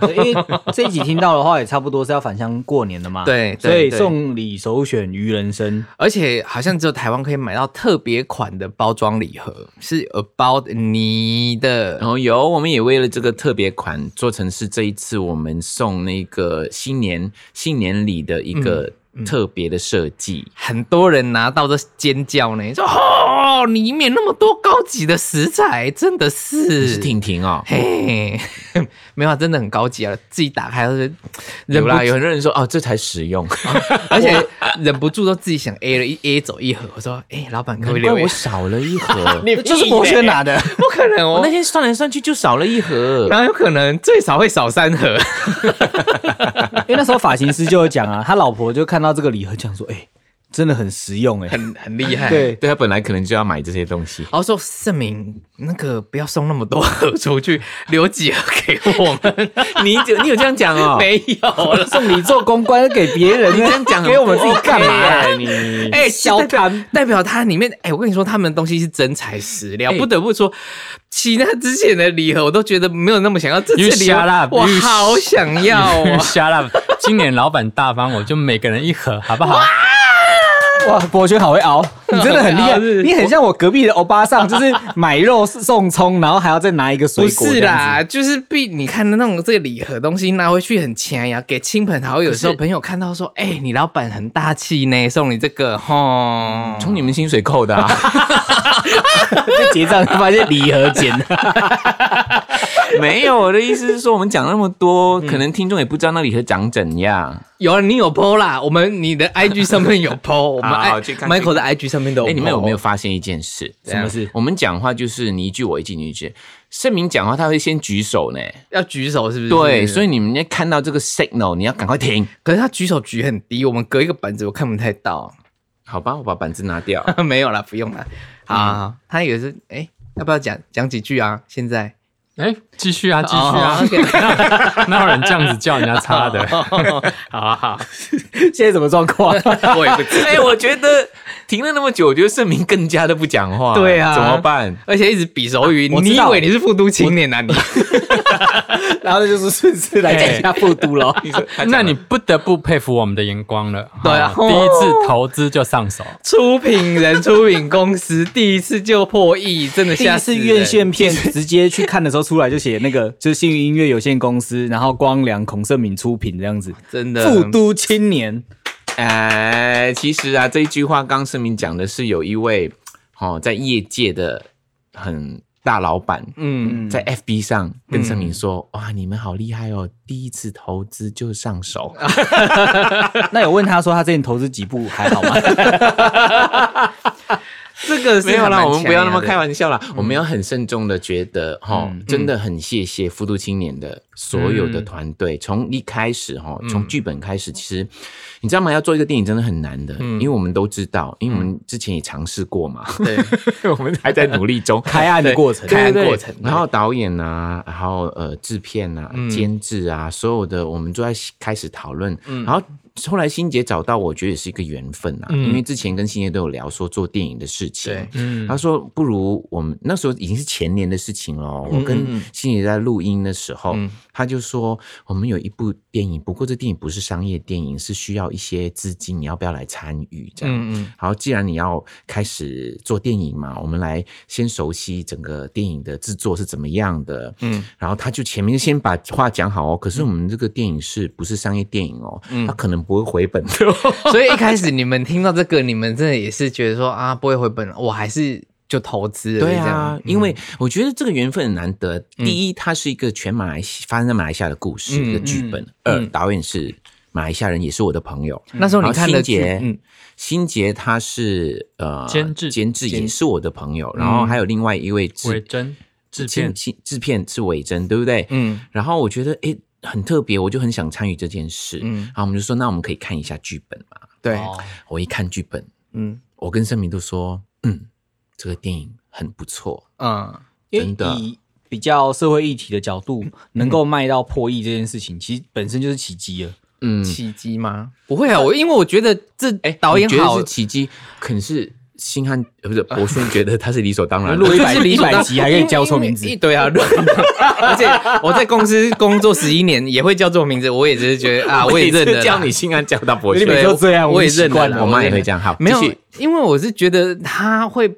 Speaker 2: 对因为这一集听到的话，也差不多是要返乡过年的嘛。
Speaker 1: 对对
Speaker 2: 所以
Speaker 1: 对
Speaker 2: 送礼首选愚人参。
Speaker 1: 而且好像只有台湾可以买到特别款的包装礼盒，是 about 你
Speaker 3: 然
Speaker 1: 的
Speaker 3: 后有我们也为了这个特别款做成是这一次我们送那个新年新年礼的一个特别的设计。
Speaker 1: 很多人拿到都尖叫呢，说哦，里面那么多高级的食材，真的是
Speaker 3: 你是婷婷哦，
Speaker 1: 嘿，没有啊，真的很高级啊，自己打开 就是忍
Speaker 3: 有
Speaker 1: 不
Speaker 3: 啦，有
Speaker 1: 住，
Speaker 3: 很多人说哦，这才实 用。
Speaker 1: 而且忍不住都自己想 A 了一 A 走一盒，我说哎、老板可不 可以
Speaker 3: 难怪
Speaker 1: 留
Speaker 3: 我
Speaker 1: 言？
Speaker 3: 少了一 盒，
Speaker 2: 就是博轩拿的，
Speaker 1: 不可 能
Speaker 3: 我
Speaker 1: 哦
Speaker 3: 那，天算来算去就少了一盒。
Speaker 1: 哪有可能？最少会少三盒。
Speaker 2: 因为那时候发型师就有讲啊，他老婆就看到这个礼盒，讲说：“哎、真的很实用哎、
Speaker 1: 很很厉害。
Speaker 2: 对
Speaker 3: 对他本来可能就要买这些东 西。
Speaker 1: 然后哦说盛明，那个不要送那么多盒出去，留几盒给我们。
Speaker 3: 你有你有这样讲哦
Speaker 1: 没有了，
Speaker 2: 送你做公关给别人，
Speaker 1: 你这样讲
Speaker 2: 给我们自己干嘛啊、
Speaker 3: 哎你
Speaker 1: 哎、
Speaker 2: 小
Speaker 1: 代表
Speaker 2: 谈
Speaker 1: 代表它里面，哎、我跟你说，他们的东西是真材实料，不得不说，其他之前的礼盒我都觉得 没有那么想要，这
Speaker 4: You
Speaker 1: 次礼盒
Speaker 4: shut up,
Speaker 1: 我
Speaker 4: you！
Speaker 1: 好想要啊
Speaker 4: 瞎了，今年老板大方，我就每个人一盒，好不好？
Speaker 2: 哇，博轩好会 熬，你真的很厉害，
Speaker 1: 好会熬是
Speaker 2: 你很像我隔壁的欧巴桑，就是买肉送葱，然后还要再拿一个水
Speaker 1: 不
Speaker 2: 果。
Speaker 1: 是，啦，就是必你看的那种这个礼盒东西拿回去很强呀，给亲朋好友的时候，朋友看到说，哎、你老板很大气呢，送你这个吼，
Speaker 3: 从你们薪水扣的、啊，
Speaker 2: 就结 账发现礼盒捡的，
Speaker 3: 没有。我的意思是说，我们讲那么多，可能听众也不知道那礼盒长怎样。
Speaker 1: 有啊，你有 PO 啦，我们你的 IG 上面有 PO，我们
Speaker 3: 好
Speaker 1: I,
Speaker 3: 好去看
Speaker 1: Michael 的 IG 上面都有 PO。
Speaker 3: 哎，你们有没有发现一件事？
Speaker 1: 哦怎样什么
Speaker 3: 事？我们讲话就是你一句我一句，你一句。盛明讲话他会先举手呢，
Speaker 1: 要举手？是不是？
Speaker 3: 对，所
Speaker 1: 以
Speaker 3: 以你们要看到这个 signal，你要赶快停。
Speaker 1: 可是他举手举很低，我们隔一个板子我看不太到。
Speaker 3: 好吧，我把板子拿 掉。
Speaker 1: 没有啦，不用啦。啊，他也是，哎、要不要讲讲几句啊？现在
Speaker 4: 哎，继续啊，继续
Speaker 1: 哦，
Speaker 4: 啊
Speaker 1: ，OK
Speaker 4: 哪有人这样子叫人家擦的？好啊好啊，
Speaker 2: 现在什么状 况？
Speaker 1: 我也不知道。
Speaker 3: 哎，我觉得停了那么久，我觉得盛明更加的不讲话。
Speaker 1: 对啊
Speaker 3: 怎么办？
Speaker 1: 而且一直比手语，
Speaker 2: 我
Speaker 1: 你
Speaker 2: 知
Speaker 1: 以
Speaker 2: 道
Speaker 1: 为你是复读青年啊？你
Speaker 2: 然后就是顺势来
Speaker 1: 哎
Speaker 2: 讲一下复读咯。
Speaker 3: 你说他讲
Speaker 4: 那
Speaker 3: 了
Speaker 4: 你不得不佩服我们的眼光了。
Speaker 1: 对啊
Speaker 4: 好第一次投资就上手，
Speaker 1: 出品 人、出品公司第一次就破亿，真的
Speaker 2: 第一
Speaker 1: 吓
Speaker 2: 次
Speaker 1: 死人
Speaker 2: 院线片直接去看的时候，出来就写那个就是幸运音乐有限公司，然后光良、孔圣敏出品这样子，
Speaker 1: 真的
Speaker 2: 复都青年。
Speaker 3: 哎，其实啊，这一句话刚声明讲的是有一位哦，在业界的很大老板，
Speaker 1: 嗯，
Speaker 3: 在 FB 上跟声明说：“哇，你们好厉害哦，第一次投资就上手。
Speaker 2: 那有问他说他之前投资几部还好 吗？
Speaker 1: 这个”是
Speaker 3: 没有
Speaker 1: 还蛮
Speaker 3: 啦，我们不要那么
Speaker 1: 强
Speaker 3: 开
Speaker 1: 的嗯
Speaker 3: 玩笑啦，我们要很慎重的觉得，哈，真的很谢谢复读青年的所有
Speaker 1: 嗯
Speaker 3: 的团队，从一开始哈，从剧本开始，其实你知道吗？要做一个电影真的很难的，
Speaker 1: 嗯
Speaker 3: 因为我们都知道，因为我们之前也尝试过 嘛，对，我们还在努力
Speaker 1: 嗯
Speaker 3: 中，
Speaker 2: 开案的过程，
Speaker 1: 对
Speaker 3: 看
Speaker 1: 对
Speaker 3: 过程。然后导演啊，然后呃制片啊、
Speaker 1: 嗯
Speaker 3: 监制啊，所有的我们都在开始讨论。
Speaker 1: 嗯
Speaker 3: 然后后来欣姐找到，我觉得也是一个缘分啊，因为之前跟欣姐都有聊说做电影的事情
Speaker 1: 嗯对。
Speaker 4: 嗯，
Speaker 3: 她说：“不如我们那时候已经是前年的事情了。哦我跟欣姐在录音的时候，她就说我们有一部电影，不过这电影不是商业电影，是需要一些资金，你要不要来参与？这样，
Speaker 1: 嗯嗯，
Speaker 3: 好，既然你要开始做电影嘛，我们来先熟悉整个电影的制作是怎么样的。嗯，然后他就前面就先把话讲好哦。可是我们这个电影是不是商业电影哦？他可能不会回本的哦。
Speaker 1: 所以一开始你们听到这个，你们真的也是觉得说啊，不会回本了，我还是就投资了。
Speaker 3: 对
Speaker 1: 这
Speaker 3: 啊
Speaker 1: 样，嗯
Speaker 3: 因为我觉得这个缘分很难得。第一，它是一个全马来西发生在马来西亚的故事，
Speaker 1: 嗯
Speaker 3: 一个剧本。二，导演是马来西亚人，也是我的朋友。
Speaker 1: 那时候你看
Speaker 3: 然
Speaker 1: 的
Speaker 3: 后新杰，
Speaker 1: 嗯，
Speaker 3: 新杰他是呃
Speaker 4: 监制
Speaker 3: 监制也是我的朋
Speaker 1: 嗯
Speaker 3: 友，然后还有另外一位制
Speaker 4: 伪真制
Speaker 3: 制
Speaker 4: 片
Speaker 3: 制制片是伪真，对不对？
Speaker 1: 嗯，
Speaker 3: 然后我觉得诶很特别，我就很想参与这件事。
Speaker 1: 嗯
Speaker 3: 嗯，然后我们就说，那我们可以看一下剧本嘛。
Speaker 1: 对，
Speaker 4: 哦
Speaker 3: 我一看剧本，
Speaker 1: 嗯
Speaker 3: 我跟盛明都说，嗯，这个电影很不错。
Speaker 1: 嗯，
Speaker 2: 因为
Speaker 3: 真的
Speaker 2: 以比较社会议题的角度，能够卖到破亿这件事情，其实本身就是奇迹了。
Speaker 3: 嗯，
Speaker 1: 契机吗？不会啊，我因为我觉得这哎导演
Speaker 3: 你觉
Speaker 1: 好
Speaker 3: 得是，奇迹，可是星汉呃不是博轩觉得他是理所当然
Speaker 2: 录
Speaker 3: 的。
Speaker 2: 一
Speaker 1: 就
Speaker 2: 百
Speaker 1: 是理所当
Speaker 2: 一百集还可以叫错名字
Speaker 1: 因为对啊，对而且我在公司工作十一年也会叫错名字，我也只是觉得啊，我也认了啦。
Speaker 3: 叫你星汉叫到博
Speaker 2: 你
Speaker 3: 轩
Speaker 2: 每，次都这样，
Speaker 1: 我也
Speaker 2: 已经习
Speaker 1: 认了
Speaker 2: 惯
Speaker 1: 啦
Speaker 2: 了。
Speaker 3: 我妈也会这样。好，
Speaker 1: 没有
Speaker 3: 继续，
Speaker 1: 因为我是觉得他会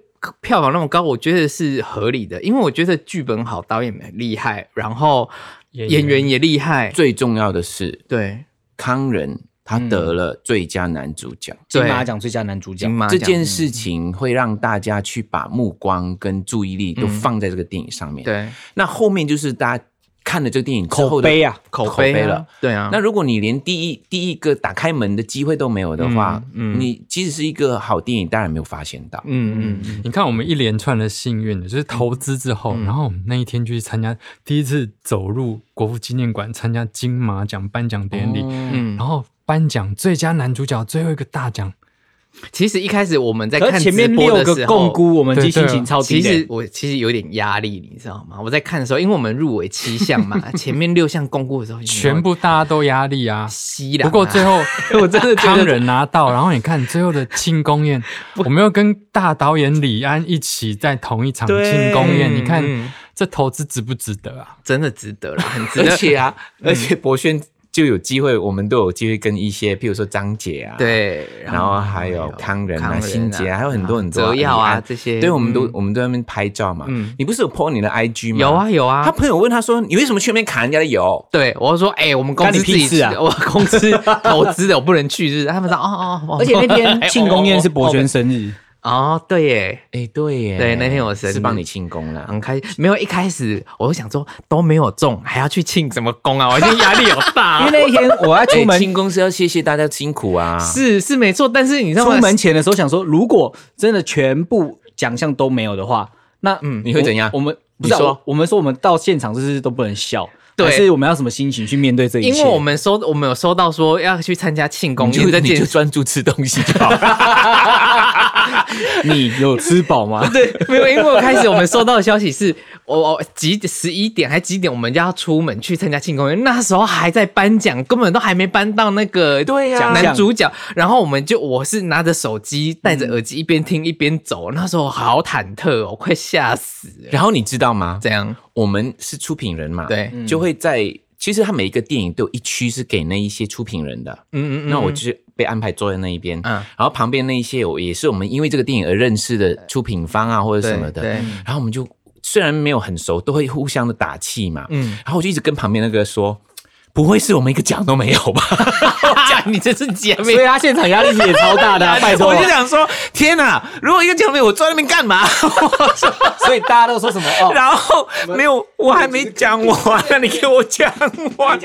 Speaker 1: 票房那么高，我觉得是合理的，因为我觉得剧本好，导演很厉害，然后
Speaker 4: 演
Speaker 1: 演员也厉害，
Speaker 3: 最重要的是
Speaker 1: 对
Speaker 3: 康仁他得了最佳男主角。
Speaker 1: 嗯
Speaker 2: 金马奖最佳男主角
Speaker 1: 金，马
Speaker 3: 这
Speaker 1: 奖
Speaker 3: 件事情会让大家去把目光跟注意力都放在这个电影上面。，
Speaker 1: 嗯对
Speaker 3: 那后面就是大家看了这个电影之后
Speaker 2: 口
Speaker 3: 的
Speaker 2: 碑啊，
Speaker 3: 口
Speaker 1: 口碑
Speaker 3: 碑
Speaker 1: 啊
Speaker 3: 了。，
Speaker 1: 对啊，
Speaker 3: 那如果你连第一第一个打开门的机会都没有的话，你即使是一个好电影，当然没有发现到。
Speaker 1: 嗯嗯
Speaker 4: 你看，我们一连串的幸运，就是投资之后，然后我们那一天就去参加第一次走入国父纪念馆参加金马奖颁奖典礼，
Speaker 3: 嗯
Speaker 1: 嗯，
Speaker 4: 然后颁奖最佳男主角最后一个大奖
Speaker 1: 其实一开始我们在
Speaker 2: 可
Speaker 1: 看
Speaker 2: 是前面
Speaker 1: 直播
Speaker 2: 六
Speaker 1: 的
Speaker 2: 个
Speaker 1: 时候
Speaker 2: 共估，我们
Speaker 4: 对
Speaker 2: 其实
Speaker 4: 对
Speaker 2: 心
Speaker 4: 啊
Speaker 2: 情超低
Speaker 1: 其
Speaker 2: 的、
Speaker 1: 实我其实有点压力，你知道吗？我在看的时候，因为我们入围七项嘛，前面六项公布的时候，
Speaker 4: 全部大家都压力啊。
Speaker 1: 吸了。
Speaker 4: 不过最后
Speaker 1: 我真的觉
Speaker 4: 康
Speaker 1: 得
Speaker 4: 仁拿到，然后你看最后的庆功宴，我们又跟大导演李安一起在同一场
Speaker 2: 对
Speaker 4: 庆功宴，你看
Speaker 1: 嗯嗯
Speaker 4: 这投资值不值得啊？
Speaker 1: 真的值得了，很值
Speaker 3: 而
Speaker 1: 得。
Speaker 3: 且啊，而且博轩就有机会，我们都有机会跟一些，譬如说张姐啊，，
Speaker 1: 对，
Speaker 3: 然后还有康仁
Speaker 1: 康
Speaker 3: 啊、
Speaker 1: 仁
Speaker 3: 欣姐啊，还有很多很多
Speaker 1: 泽耀
Speaker 3: 李
Speaker 1: 啊
Speaker 3: 安
Speaker 1: 这些，
Speaker 3: 对，我们都
Speaker 1: 嗯
Speaker 3: 我们都在那边拍照嘛。你不是嗯有 po 你的 IG 吗？
Speaker 1: 有啊。有啊
Speaker 3: 他。朋友问他说：“你为什么去那边砍人家的油
Speaker 1: 对，我就说，哎、我们公司
Speaker 2: 干你
Speaker 1: 自
Speaker 2: 屁
Speaker 1: 己
Speaker 2: 事啊
Speaker 1: 我公司投资的，我不能去，就是他们说，哦哦，哦
Speaker 2: 而且那天庆功宴是博轩生日，
Speaker 1: 哦，对耶，？”
Speaker 3: 哎，对耶，
Speaker 1: 对那天我生日
Speaker 3: 是帮你庆功了。
Speaker 1: 很开没有一开始我就想说都没有中，还要去庆什么功啊？我现在压力有大、啊
Speaker 2: 因为那一天我在出
Speaker 3: 哎
Speaker 2: 门
Speaker 3: 庆功是要谢谢大家辛苦啊，
Speaker 1: 是是没错，但是你知道
Speaker 2: 出
Speaker 1: 吗？
Speaker 2: 门前的时候想说，如果真的全部奖项都没有的话，那嗯
Speaker 3: 你会怎样
Speaker 2: 我们不是啊
Speaker 3: 你说
Speaker 2: 我我们说我们到现场就是都不能笑，
Speaker 1: 对
Speaker 2: 还是我们要什么心情去面对这一
Speaker 1: 因
Speaker 2: 切？
Speaker 1: 为我们收我们有收到说要去参加庆功
Speaker 3: 哦你就
Speaker 1: 宴这
Speaker 3: 你
Speaker 1: 件
Speaker 3: 就
Speaker 1: 事，
Speaker 3: 专注吃东西就 好了。
Speaker 2: 你有吃饱吗？
Speaker 1: 对， 没有，因为我开始我们收到的消息是，我我几十一点还几点我们就要出门去参加庆功宴，那时候还在颁奖，根本都还没颁到那个
Speaker 3: 对呀
Speaker 1: 男主角，然后我们就我是拿着手机戴着耳机一边听一边走，那时候好忐忑哦，快吓死了，
Speaker 3: 然后你知道吗？
Speaker 1: 这样
Speaker 3: 我们是出品人嘛，
Speaker 1: 对，
Speaker 3: 就会在其实他每一个电影都有一区是给那一些出品人的，
Speaker 1: 嗯嗯嗯，
Speaker 3: 那我就是被安排坐在那一边，
Speaker 1: 嗯
Speaker 3: 然后旁边那一些我也是我们因为这个电影而认识的出品方啊或者什么的
Speaker 1: 对对，
Speaker 3: 然后我们就虽然没有很熟，都会互相的打气嘛，
Speaker 1: 嗯
Speaker 3: 然后我就一直跟旁边那个说。不会是我们一个奖都没有吧？
Speaker 1: 讲你这是姐
Speaker 2: 所
Speaker 1: 妹
Speaker 2: 以。他现场压力也超大的、啊，拜托
Speaker 3: 我。就想说，天哪！如果一个奖都没有，我坐在那边干嘛？
Speaker 2: 所以大家都说什么？哦，
Speaker 3: 然后没有，我还没讲完，那你给我讲 嗯完。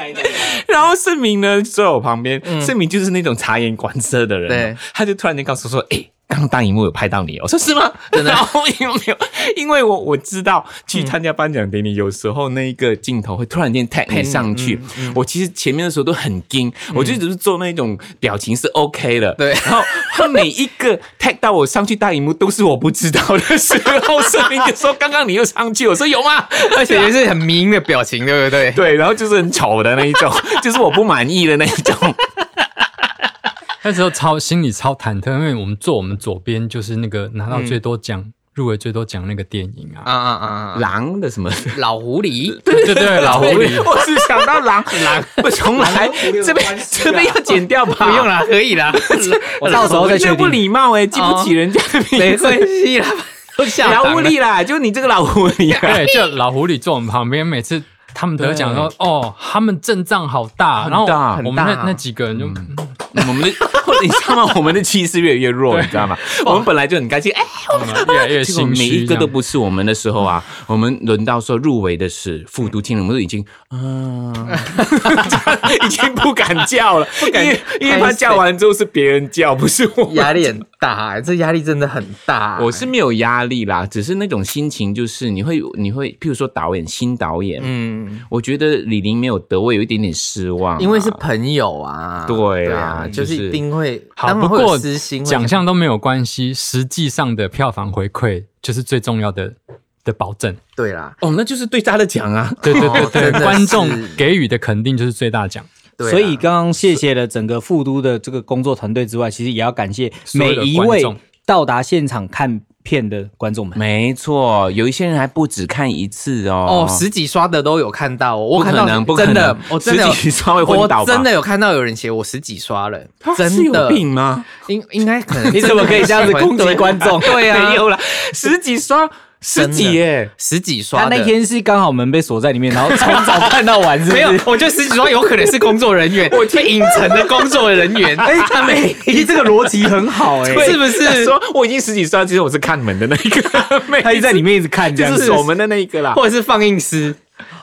Speaker 3: 然后盛明呢坐在我旁边，盛明就是那种察言观色的人
Speaker 1: 对
Speaker 3: 哦，他就突然间告诉我说：“哎、刚刚大荧幕有拍到你哦。”我说：“是 吗？”真的？ 然后因为没有，因为我我知道
Speaker 1: 嗯
Speaker 3: 去参加颁奖典礼，有时候那一个镜头会突然间 tag 你上去。
Speaker 1: 嗯
Speaker 3: 我其实前面的时候都很惊，我就只是做那种表情是 OK 的。
Speaker 1: 对
Speaker 3: 然后他每一个 tag 到我上去大荧幕，都是我不知道的时候，盛明就说：“刚刚你又上去。”我说：“有吗？”
Speaker 1: 而且也是很迷因的表情，对不对？
Speaker 3: 对，啊然后就是很丑的那一种，就是我不满意的那一种。
Speaker 4: 那时候超心里超忐忑，因为我们坐我们左边就是那个拿到最多奖、入围最多奖那个电影啊，
Speaker 1: 啊啊啊！啊
Speaker 3: 狼的什么？
Speaker 1: 老狐狸，
Speaker 4: 对对对，老狐狸。
Speaker 3: 我是想到狼，狼，我从来这边这边要剪掉吧，
Speaker 1: 不用，啦，可以啦，
Speaker 2: 我到时候再确
Speaker 3: 这不
Speaker 2: 定。
Speaker 3: 礼貌哎，记不起人家的
Speaker 1: 没
Speaker 3: 名
Speaker 1: 关
Speaker 3: 字。
Speaker 1: 系啦，都 下
Speaker 3: 老
Speaker 1: 档
Speaker 3: 狐
Speaker 1: 了
Speaker 3: 狸啦，就你这个老狐狸啊，
Speaker 4: 对，就老狐狸坐我们旁边，每次他们得奖说，哦，他们阵仗好大，然后
Speaker 3: 大
Speaker 4: 我们
Speaker 1: 很大
Speaker 4: 那那几个人就，
Speaker 3: 我们的，你知道吗？我们的气势越来越弱，你知道吗？我们本来就很开心，哎，我们
Speaker 4: 嗯越来越
Speaker 3: 结果
Speaker 4: 心
Speaker 3: 每
Speaker 4: 虚
Speaker 3: 一
Speaker 4: 这
Speaker 3: 个都
Speaker 4: 样。
Speaker 3: 不是我们的时候啊，我们轮到说入围的是复读青人，我们都已经嗯， 已经不敢叫了，不
Speaker 1: 敢
Speaker 3: 因为因为他叫完之后是别人叫，不是我。
Speaker 1: 压力很大、欸，这压力真的很大、
Speaker 3: 我是没有压力啦，只是那种心情，就是你会你会，譬如说导演新导演，
Speaker 1: 嗯，
Speaker 3: 我觉得李宁没有得，我有一点点失望啊、
Speaker 1: 因为是朋友啊，
Speaker 3: 对啊
Speaker 1: 就
Speaker 3: 就是
Speaker 1: 是一定会，
Speaker 4: 好，
Speaker 1: 当
Speaker 4: 不
Speaker 1: 然会有
Speaker 4: 过
Speaker 1: 私心会
Speaker 4: 奖项都没有关系，实际上的票房回馈就是最重要的的保证。
Speaker 1: 对啦，
Speaker 3: 哦，那就是对他的奖啊，
Speaker 4: 对对
Speaker 1: 哦真的
Speaker 4: 对对，
Speaker 1: 是
Speaker 4: 观众给予的肯定就是最大奖。
Speaker 1: 对啊啦
Speaker 2: 所以刚刚谢谢了整个副都的这个工作团队之外，其实也要感谢
Speaker 4: 所
Speaker 2: 每
Speaker 4: 有的
Speaker 2: 一
Speaker 4: 观
Speaker 2: 位
Speaker 4: 众
Speaker 2: 到达现场看片的观众们。
Speaker 3: 没错，有一些人还不止看一次哦
Speaker 1: 哦，，十几刷的都有看到哦，
Speaker 3: 不
Speaker 1: 我看
Speaker 3: 可
Speaker 1: 到
Speaker 3: 能，不可
Speaker 1: 真的
Speaker 3: 能，
Speaker 1: 我真的有
Speaker 3: 十几刷会昏倒吧
Speaker 1: 我真的有看到有人写我十几刷了，
Speaker 3: 是
Speaker 1: 真
Speaker 3: 有
Speaker 1: 的，
Speaker 3: 病吗？
Speaker 1: 应应该可 能，
Speaker 2: 你怎么可以这样子攻击观众？
Speaker 1: 对啊，
Speaker 3: 没有啦，十几刷，十几耶，
Speaker 1: 十几刷
Speaker 2: 他
Speaker 1: 的，
Speaker 2: 那天是刚好门被锁在里面，然后从早看到晚，是不
Speaker 1: 没有
Speaker 2: 是？，
Speaker 1: 我觉得十几刷有可能是工作人员， 我被隐藏的工作人 员， 哎，他没。
Speaker 2: 咦，这个逻辑很好 哎、
Speaker 1: 是不是？
Speaker 3: 说我已经十几刷，其实我是看门的那一个，每一次
Speaker 2: 他一直在里面一直看这
Speaker 3: 就
Speaker 2: 样
Speaker 3: 是
Speaker 2: 子。
Speaker 3: 守门的那一个啦。
Speaker 1: 或者是放映师，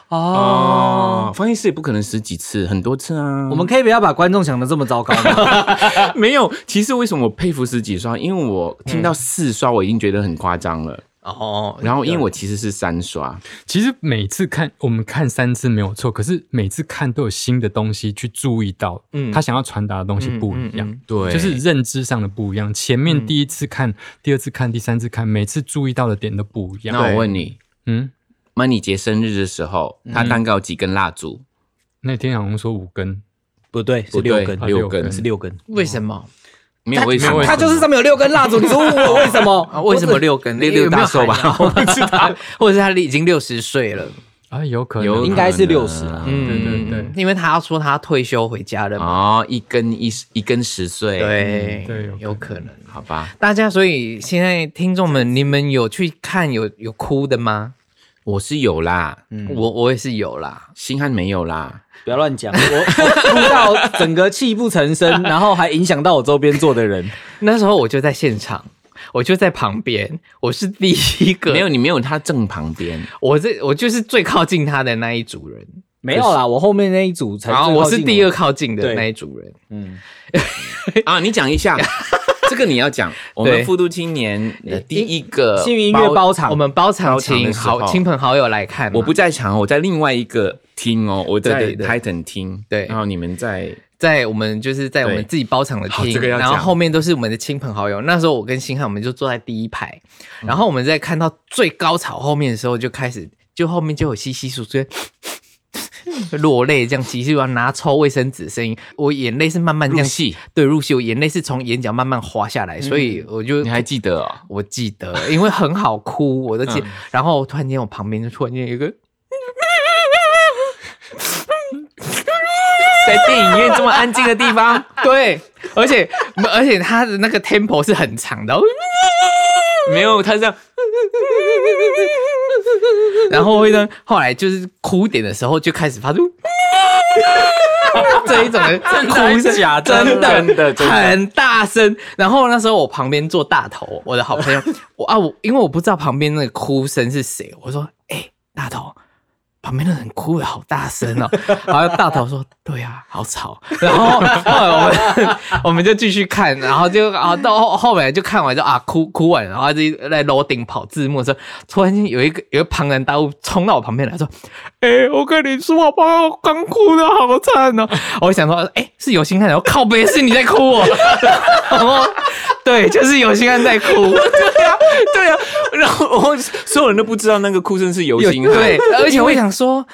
Speaker 2: 哦，
Speaker 3: 哦，放映室也不可能十几次，很多次啊。
Speaker 2: 我们可以不要把观众想的这么糟糕吗？
Speaker 3: 没有，其实为什么我佩服十几刷？因为我听到四刷，我已经觉得很夸张了。
Speaker 1: 哦，
Speaker 3: 然后因为我其实是三刷，
Speaker 4: 其实每次看我们看三次没有错，可是每次看都有新的东西去注意到，
Speaker 1: 嗯
Speaker 4: 他想要传达的东西不一
Speaker 1: 嗯
Speaker 4: 样。
Speaker 1: 嗯嗯
Speaker 3: 对
Speaker 4: 就是认知上的不一样，前面第一次看、第二次看、第三次看，每次注意到的点都不一样。
Speaker 3: 那我问你
Speaker 4: 嗯，
Speaker 3: ，Money 节生日的时候，
Speaker 2: 嗯
Speaker 3: 他蛋糕几根蜡烛？
Speaker 4: 那天好像说五根，
Speaker 2: 不对，是
Speaker 3: 不对
Speaker 2: 六根，
Speaker 4: 啊
Speaker 3: 六
Speaker 4: 六
Speaker 3: 根
Speaker 4: 根
Speaker 2: 是六根。
Speaker 1: 为什么？
Speaker 3: 没有为什么
Speaker 4: 没有为什
Speaker 2: 它
Speaker 4: 么
Speaker 2: 就是上面有六根蜡烛，你说问我为什
Speaker 1: 啊，
Speaker 2: 么？
Speaker 1: 为什么六根？
Speaker 3: 六六大寿吧
Speaker 1: 我不知道，或者是他已经六十岁了，
Speaker 4: 啊，有可能
Speaker 3: 有
Speaker 2: 应该是60啦嗯
Speaker 3: 嗯，
Speaker 4: 对对对
Speaker 1: 因为他说他退休回家了嘛，
Speaker 3: 哦，一根一一根十岁，，
Speaker 1: 对
Speaker 4: 嗯对
Speaker 1: 有
Speaker 4: 有
Speaker 1: 可能。
Speaker 3: 好吧，
Speaker 1: 大家，所以现在听众们，你们有去看有有哭的吗？
Speaker 3: 我是有啦，
Speaker 1: 我我也是有啦，
Speaker 3: 星汉没 有啦，
Speaker 2: 不要乱讲，我我哭到整个泣不成声，然后还影响到我周边坐的人。
Speaker 1: 那时候我就在现场，我就在旁边，我是第一个，
Speaker 3: 没有，你没有他正旁边，
Speaker 1: 我这我就是最靠近他的那一组人，
Speaker 2: 没有啦，我后面那一组才。
Speaker 1: 然后我是第二，靠近的
Speaker 2: 对
Speaker 1: 那一组人，
Speaker 2: 嗯，
Speaker 3: 啊，你讲 一下，这个你要讲。我
Speaker 1: 对
Speaker 3: 们复读青年的第一个
Speaker 2: 幸运音乐，呃包场，
Speaker 1: 我们包场
Speaker 3: 包场的
Speaker 1: 请
Speaker 3: 时候
Speaker 1: 好亲朋好友来看嘛，
Speaker 3: 我不在场，我在另外一个厅哦，我在
Speaker 1: 对对对
Speaker 3: Titan 厅，
Speaker 1: 对
Speaker 3: 然后你们在
Speaker 1: 在我们就是在我们
Speaker 3: 对
Speaker 1: 自己包场的
Speaker 3: 好
Speaker 1: 厅，
Speaker 3: 这个要
Speaker 1: 然后
Speaker 3: 讲
Speaker 1: 后面都是我们的亲朋好友。那时候我跟星汉我们就坐在第一排，
Speaker 3: 嗯
Speaker 1: 然后我们在看到最高潮后面的时候，就开始就后面就有稀稀疏疏。 落泪这样，其实要拿抽卫生纸的声音，我眼泪是慢慢这
Speaker 3: 入
Speaker 1: 样，
Speaker 3: 戏，嗯
Speaker 1: 对，入戏，我眼泪是从眼角慢慢滑下来，所以我就
Speaker 3: 你还记得哦？
Speaker 1: 我记得，因为很好哭，我都记。然后突然间，我旁边就突然间有一个
Speaker 3: 在电影院这么安静的地方，
Speaker 1: 对，而且而且他的那个 tempo 是很长的，
Speaker 3: 没
Speaker 2: 嗯
Speaker 3: 有他这样，
Speaker 1: 然后会呢，后来就是哭点的时候就开始发出 这一种的哭声，
Speaker 2: 假的
Speaker 1: 真的
Speaker 3: 真的真的
Speaker 1: 很大声。然后那时候我旁边坐大头，我的 好朋友，我啊我因为我不知道旁边那个哭声是谁，我说哎、大头。旁边的人哭的好大声 哦，然后大头说：“对啊，好吵。”然后后来我们我们就继续看，然后就啊到后后来就看完就啊哭哭完，然后就在楼顶跑字幕的时候，突然间有一个有一个庞然大物冲到我旁边来说：“哎、我跟你说，我朋友刚哭的好惨 哦。”我想说：“哎、是有心汉，我靠北是你在哭 哦。”然后哦对，就是有心汉在哭。
Speaker 3: 对啊， 对啊，然后我所有人都不知道那个哭声是游
Speaker 1: 有
Speaker 3: 行汉
Speaker 1: 对，而且我想说，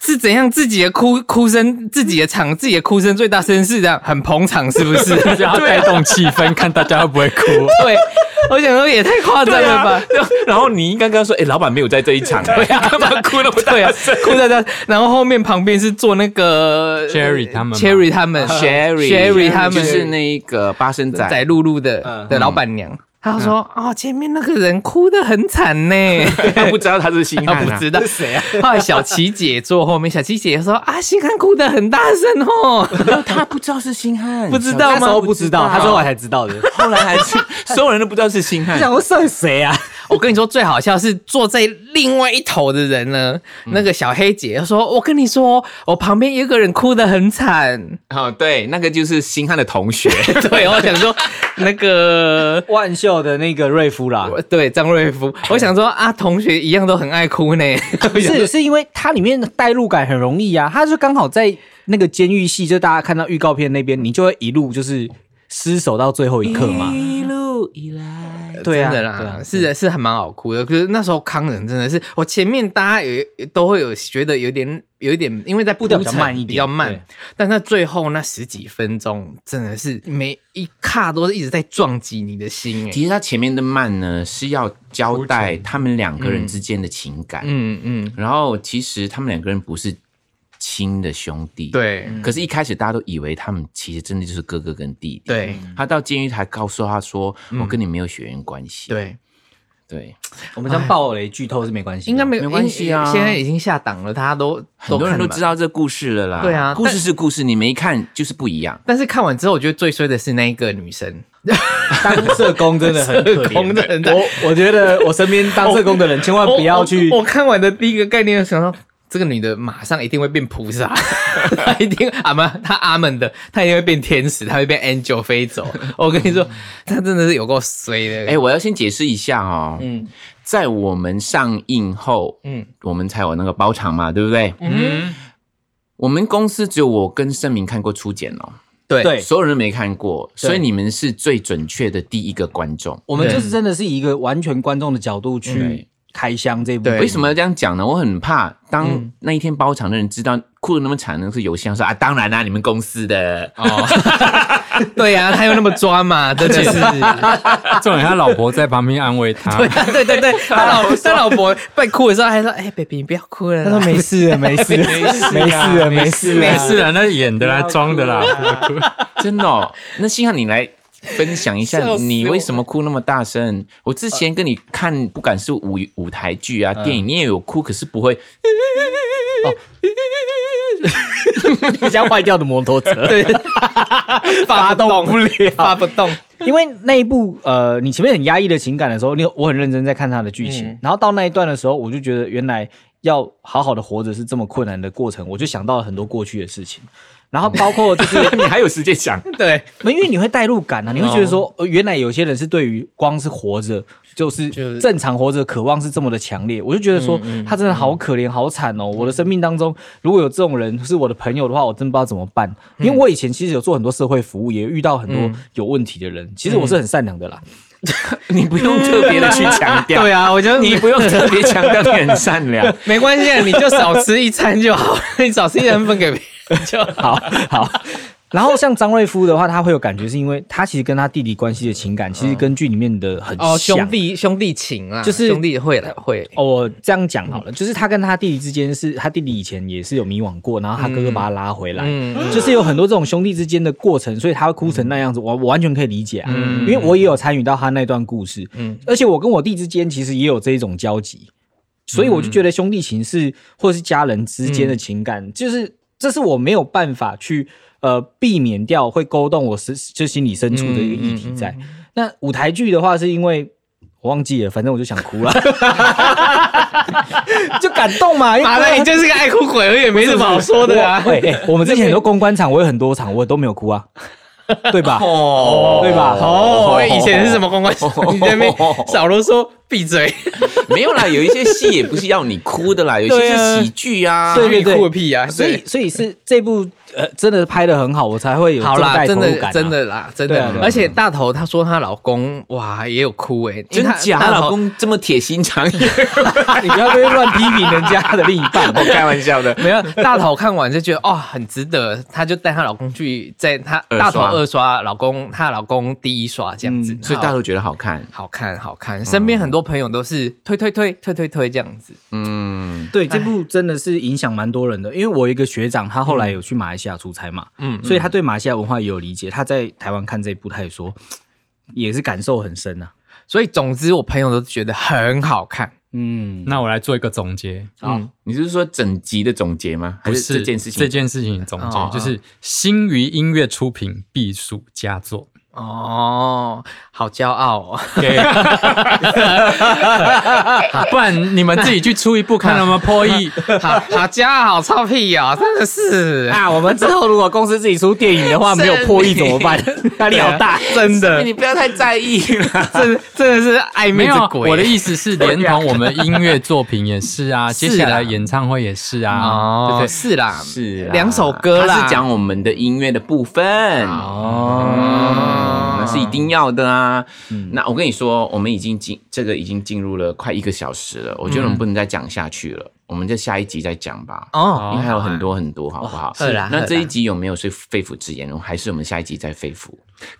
Speaker 1: 是怎样自己的哭哭声，自己的场，自己的哭声最大声是这样，很捧场是不是？
Speaker 4: 大家要
Speaker 2: 啊
Speaker 4: 带动气氛，看大家会不会哭。
Speaker 1: 对，我想说也太夸张了吧。
Speaker 3: 对啊然后你应该跟他说，哎、老板没有在这一场，对啊，干嘛哭那么
Speaker 1: 对
Speaker 3: 大
Speaker 1: 啊
Speaker 3: 声？，
Speaker 1: 哭在那，然后后面旁边是坐那个
Speaker 4: Cherry 他们吗
Speaker 1: Cherry 他们 Sherry 他们
Speaker 3: 就是那一个八生仔，
Speaker 1: 仔露露的
Speaker 2: 嗯
Speaker 1: 的老板娘，她说哦，前面那个人哭得很 惨呢，
Speaker 3: 他不知道他是星
Speaker 1: 她
Speaker 3: 汉、啊，
Speaker 1: 不知 道是谁啊。后来小琪姐坐后面，小琪姐说啊，星汉哭得很大声哦，
Speaker 3: 他不知道是星汉，
Speaker 1: 不知道
Speaker 2: 那时
Speaker 1: 吗
Speaker 2: 候？不知道，他说我才知 道的。
Speaker 3: 后来还是所有人都不知道是星汉。
Speaker 2: 我算谁啊？
Speaker 1: 我跟你说，最好笑是坐在另外一头的人呢，那个小黑姐说：“我跟你说，我旁边有一个人哭得很惨。
Speaker 3: 哦，对，那个就是星汉的同 学，”
Speaker 1: 对，我想说那个。
Speaker 2: 万秀的那个瑞夫啦，
Speaker 1: 我 对张瑞夫，我想说啊，同学一样都很爱哭呢。
Speaker 2: 不 是，是因为它里面的代入感很容易啊，它就刚好在那个监狱戏，就大家看到预告片那边，你就会一路就是失手到最后一刻嘛。
Speaker 3: 一路以来，
Speaker 2: 对啊，
Speaker 1: 真的
Speaker 2: 对
Speaker 1: 啦
Speaker 2: 啊，
Speaker 1: 是的，是还蛮好哭的。可是那时候康人真的是，我前面大家有都会有觉得有点有一点，因为在步
Speaker 2: 调比较慢一点
Speaker 1: 比较慢
Speaker 2: 对，
Speaker 1: 但那最后那十几分钟真的是每一卡都是一直在撞击你的心哎、
Speaker 3: 其实他前面的慢呢是要交代他们两个人之间的情感，
Speaker 1: 嗯嗯，
Speaker 3: 然后其实他们两个人不是亲的兄弟，。
Speaker 1: 对
Speaker 3: 可是，一开始大家都以为他们其实真的就是哥哥跟弟弟。，
Speaker 1: 对嗯
Speaker 3: 他到监狱还告诉他说：“我跟你没有血缘关系。
Speaker 1: 对，
Speaker 3: 对，
Speaker 2: 我们这样暴雷剧透是没关系的，
Speaker 1: 应该没
Speaker 3: 没关系啊
Speaker 1: 因为现在已经下档了，大家都
Speaker 3: 很多人都知道
Speaker 1: 道。
Speaker 3: 这故事了啦。
Speaker 1: 对啊
Speaker 3: 故事是故事，你没看就是不一样。
Speaker 1: 但是看完之后，我觉得最衰的是那一个女生，
Speaker 2: 当社工真的很可
Speaker 1: 社工
Speaker 2: 怜。
Speaker 1: 真的
Speaker 2: 我我觉得我身边当社工的人千万不要去
Speaker 1: 我我我看完的第一个概念就想到，这个女的马上一定会变菩 萨，她一定阿妈，她阿门的，她一定会变天使，她会变 angel 飞走。我跟你说，她真的是有够衰的。
Speaker 3: 哎、我要先解释一下哦，
Speaker 2: 嗯
Speaker 3: 在我们上映后，
Speaker 1: 嗯
Speaker 3: 我们才有那个包场嘛，对不对？
Speaker 1: 嗯，
Speaker 3: 我们公司只有我跟盛明看过初剪哦，
Speaker 1: 对
Speaker 2: 对
Speaker 3: 所有人没看过，
Speaker 2: 对
Speaker 3: 所以你们是最准确的第一个观众。
Speaker 2: 我们就是真的是以一个完全观众的角度去开箱这部电影。
Speaker 3: 为什么要这样讲呢？我很怕当那一天包场的人知道哭的那么惨，那是邮箱说啊，当然啦、你们公司的
Speaker 1: 哦 对呀、她又那么抓嘛，真的是。
Speaker 4: 重点他老婆在旁边安慰 他，
Speaker 1: 对对对，他老他老婆被哭的时候还说：“哎、b a b y 你不要哭了啦。”
Speaker 2: 他说没事了，没事了，没事了，没事了，
Speaker 4: 啊没事啊，那演的啦，装的
Speaker 2: 啊
Speaker 4: 啦，
Speaker 3: 真的、哦。那幸好你来分享一下
Speaker 1: 笑死我
Speaker 3: 你为什么哭那么大声。我之前跟你看，不管是舞舞台剧啊、电影，你也有哭，可是不会。
Speaker 2: 像坏掉的摩托车，
Speaker 1: 对，
Speaker 2: 发动不了。
Speaker 1: 发不动。
Speaker 2: 因为那一部呃，你前面很压抑的情感的时候，你我很认真在看它的剧情，
Speaker 1: 嗯
Speaker 2: 然后到那一段的时候，我就觉得原来要好好的活着是这么困难的过程，我就想到了很多过去的事情，然后包括就是。
Speaker 3: 你还有时间想？
Speaker 1: 对，
Speaker 2: 没因为你会代入感啊，你会
Speaker 1: 哦
Speaker 2: 觉得说，呃原来有些人是对于光是活着，就是
Speaker 1: 就是嗯
Speaker 2: 正常活着渴望是这么的强烈，我就觉得说，他真的好可怜，好惨哦！我的生命当中，如果有这种人是我的朋友的话，我真不知道怎么办。因
Speaker 1: 嗯
Speaker 2: 为我以前其实有做很多社会服务，也遇到很多有问题的人，其实
Speaker 1: 嗯
Speaker 2: 我是很善良的啦。
Speaker 3: 你不用特别的去强 调。
Speaker 1: 对啊，我觉得
Speaker 3: 你不用特别强调你很善 良，
Speaker 1: 没关系，啊，你就少吃一餐就好，你少吃一餐分给别人就好。
Speaker 2: 好好。然后像张瑞夫的话，他会有感觉，是因为他其实跟他弟弟关系的情感，其实跟剧里面的很像。
Speaker 1: 嗯哦，兄弟兄弟情啦，
Speaker 2: 就是
Speaker 1: 兄弟会了会。
Speaker 2: 哦，我这样讲好了，就是他跟他弟弟之间是，他弟弟以前也是有迷惘过，然后他哥哥把他拉回来，
Speaker 1: 嗯
Speaker 2: 就是有很多这种兄弟之间的过程，所以他会哭成那样子，我我完全可以理解啊，因为我也有参与到他那段故事，
Speaker 1: 嗯
Speaker 2: 而且我跟我弟之间其实也有这一种交集，所以我就觉得兄弟情是或者是家人之间的情感，
Speaker 1: 嗯
Speaker 2: 就是这是我没有办法去呃避免掉会勾动我是就心理深处的一个议题
Speaker 1: 嗯
Speaker 2: 在。那舞台剧的话，是因为我忘记了，反正我就想哭了， 就感动嘛。因为
Speaker 1: 妈的，你就是个爱哭鬼，我也没什么好 说的啊。
Speaker 2: 我哎哎我们之前很多公关场，我有很多场我都没有哭 啊，对吧？
Speaker 3: 哦
Speaker 2: 对吧
Speaker 1: 哦，以前是什么公关？你在那边少啰嗦，闭嘴。
Speaker 3: 没有啦，有一些戏也不是要你哭的啦，有一
Speaker 2: 对
Speaker 3: 些
Speaker 2: 啊
Speaker 3: 是喜剧啊。
Speaker 2: 对对
Speaker 1: 你哭个屁啊！
Speaker 2: 所以
Speaker 1: 对
Speaker 2: 所以是这部呃真的拍的很好，我才会有
Speaker 1: 好
Speaker 2: 这么
Speaker 1: 啦，
Speaker 2: 带
Speaker 1: 真
Speaker 2: 投入
Speaker 1: 的
Speaker 2: 感啊
Speaker 1: 真的啦，真
Speaker 2: 对啊
Speaker 1: 的
Speaker 2: 对。啊
Speaker 1: 而且大头她说她老公哇也有哭哎，因为
Speaker 3: 真
Speaker 1: 她
Speaker 3: 假？
Speaker 1: 大
Speaker 3: 她
Speaker 1: 头
Speaker 3: 老公这么铁心肠，
Speaker 2: 你不要被乱批评人家的另一半。哦
Speaker 3: 我开玩笑的。
Speaker 1: 没 有大头看完就觉得哦很值得，她就带她老公去在她
Speaker 3: 二刷
Speaker 1: 大头二刷，老公她老公第一刷这样子
Speaker 2: 嗯，
Speaker 3: 所以大
Speaker 1: 好
Speaker 3: 陆觉得好看，
Speaker 1: 好看好看，身边很多朋友都是推推推推推推这样子，
Speaker 3: 嗯，
Speaker 2: 对，
Speaker 1: 哎
Speaker 2: 这部真的是影响蛮多人的，因为我有一个学长，他后来有去马来西亚出差嘛，
Speaker 1: 嗯，
Speaker 2: 所以他对马来西亚文化也有理解。他在台湾看这部，他也说也是感受很深啊。
Speaker 1: 所以总之我朋友都觉得很好看，
Speaker 2: 嗯，
Speaker 4: 那我来做一个总结，
Speaker 1: 嗯，
Speaker 3: 你是说整集的总结吗？还
Speaker 4: 不
Speaker 3: 是
Speaker 4: 是
Speaker 3: 这件事情？
Speaker 4: 这件事情总
Speaker 1: 哦
Speaker 4: 结就是新余音乐出品必属佳作。
Speaker 1: 哦，好骄傲哦，
Speaker 3: 啊
Speaker 4: 不然你们自己去出一部，看 能不能破亿。
Speaker 1: 好好骄傲，好臭屁哦，真 的是。
Speaker 2: 啊，我们之后如果公司自己出电影的话，没有破亿怎么 办？压力好大。
Speaker 1: 真
Speaker 3: 哎
Speaker 1: 的，
Speaker 3: 你不要太在意了。
Speaker 1: 真真的是暧
Speaker 4: 没
Speaker 1: 昧
Speaker 4: 有
Speaker 1: 之
Speaker 4: 啊，
Speaker 1: 鬼。
Speaker 4: 我的意思是，连同我们音乐作品也是啊，
Speaker 1: 是
Speaker 4: 接
Speaker 1: 啊
Speaker 4: 下来演唱会也是 啊，对
Speaker 1: 哦
Speaker 4: 不，对？
Speaker 1: 是啦，
Speaker 3: 是啦
Speaker 1: 两首歌啦，
Speaker 3: 它是讲我们的音乐的部分。嗯
Speaker 2: 哦
Speaker 3: 那嗯是一定要的啊。那我跟你说，我们已经进这个已经进入了快一个小时了，我觉得我们不能再讲下去了，我们就下一集再讲吧。
Speaker 1: 哦，
Speaker 3: 因为还有很多很多，好不哦好？
Speaker 1: 是啦
Speaker 3: 那
Speaker 1: 是
Speaker 3: 这
Speaker 1: 啦
Speaker 3: 一集有没有是肺腑之言？还是我们下一集再肺腑？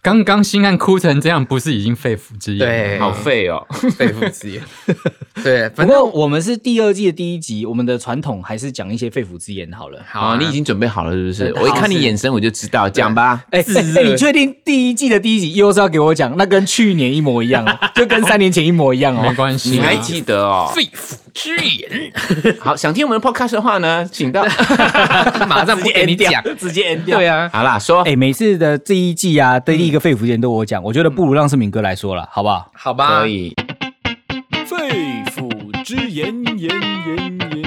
Speaker 4: 刚刚星汉哭成这样，不是已经肺腑之言？
Speaker 1: 对，
Speaker 3: 好废哦！
Speaker 1: 肺腑之言。对，
Speaker 2: 不
Speaker 1: 反正
Speaker 2: 过我们是第二季的第一集，我们的传统还是讲一些肺腑之言好了。
Speaker 1: 好
Speaker 3: 好，
Speaker 1: 啊，
Speaker 3: 哦你已经准备好了是不是？
Speaker 1: 对
Speaker 3: 我一看你
Speaker 1: 好是
Speaker 3: 眼神我就知道，讲吧。
Speaker 2: 哎、
Speaker 1: 自
Speaker 2: 哎
Speaker 1: 热
Speaker 2: 哎你确定第一季的第一集又是要给我讲？那跟去年一模一 样哦，就跟三年前一模一样
Speaker 4: 没
Speaker 2: 哦。
Speaker 4: 关系啊，
Speaker 3: 你还记得哦？
Speaker 1: 肺腑之言，
Speaker 3: 好，想听我们的 podcast 的话呢，请 到
Speaker 1: 马上不给 你讲。
Speaker 2: 直接 end
Speaker 1: 对啊，
Speaker 3: 好啦，说
Speaker 2: 哎、每次的这一季啊，第一个肺腑之言都我讲，我觉得不如让盛敏哥来说了，好不好？
Speaker 1: 好吧
Speaker 3: 可，以。
Speaker 5: 肺腑之言，言言言言言言。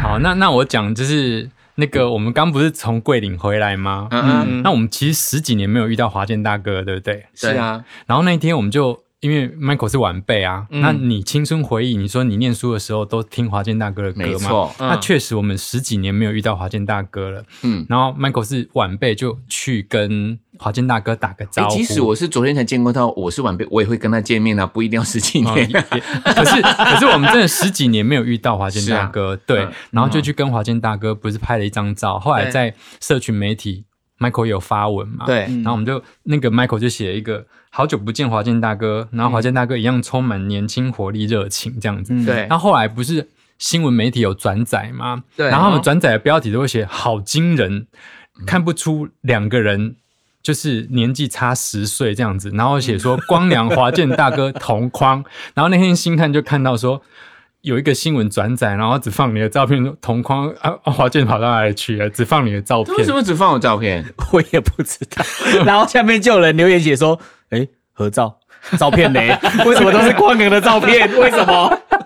Speaker 4: 好，那那我讲就是那个我们刚不是从桂林回来吗？
Speaker 3: 嗯嗯，
Speaker 4: 那我们其实十几年没有遇到华健大哥，对不对？
Speaker 3: 是啊，
Speaker 4: 然后那一天我们就因为 Michael 是晚辈啊，
Speaker 3: 嗯
Speaker 4: 那你青春回忆，你说你念书的时候都听华健大哥的歌吗？
Speaker 3: 没错
Speaker 4: 那确实我们十几年没有遇到华健大哥了。
Speaker 3: 嗯。
Speaker 4: 然后 Michael 是晚辈，就去跟华健大哥打个
Speaker 3: 哎
Speaker 4: 招，呼。
Speaker 3: 即使我是昨天才见过他，我是晚辈，我也会跟他见面啊，不一定要十几
Speaker 4: 哦也
Speaker 3: 年。
Speaker 4: 也 可是可是我们真的十几年没有遇到华健大哥，对
Speaker 3: 嗯，
Speaker 4: 然后就去跟华健大哥不是拍了一张照，后来
Speaker 1: 对
Speaker 4: 在社群媒体 Michael 有发文嘛，，
Speaker 1: 对，
Speaker 2: 嗯
Speaker 4: 然后我们就那个 Michael 就写了一个好久不见华健大哥，然后华健大哥一样充满年轻活力热情这样子，
Speaker 2: 嗯
Speaker 1: 对
Speaker 4: 然后后来不是新闻媒体有转载吗？
Speaker 1: 对
Speaker 4: 然后他们转载的标题都会写好惊人，看不出两个人。就是年纪差十岁这样子，然后写说光良、华健大哥同框，然后那天新看就看到说有一个新闻转载，然后只放你的照片，说同框啊，啊华健跑到哪里去了？只放你的照
Speaker 3: 他
Speaker 4: 片，
Speaker 3: 为什么只放我照片？
Speaker 2: 我也不知道。 然后下面就有人留言写说：“哎、合照照 片嘞？为什么都是光良的照片？为什么？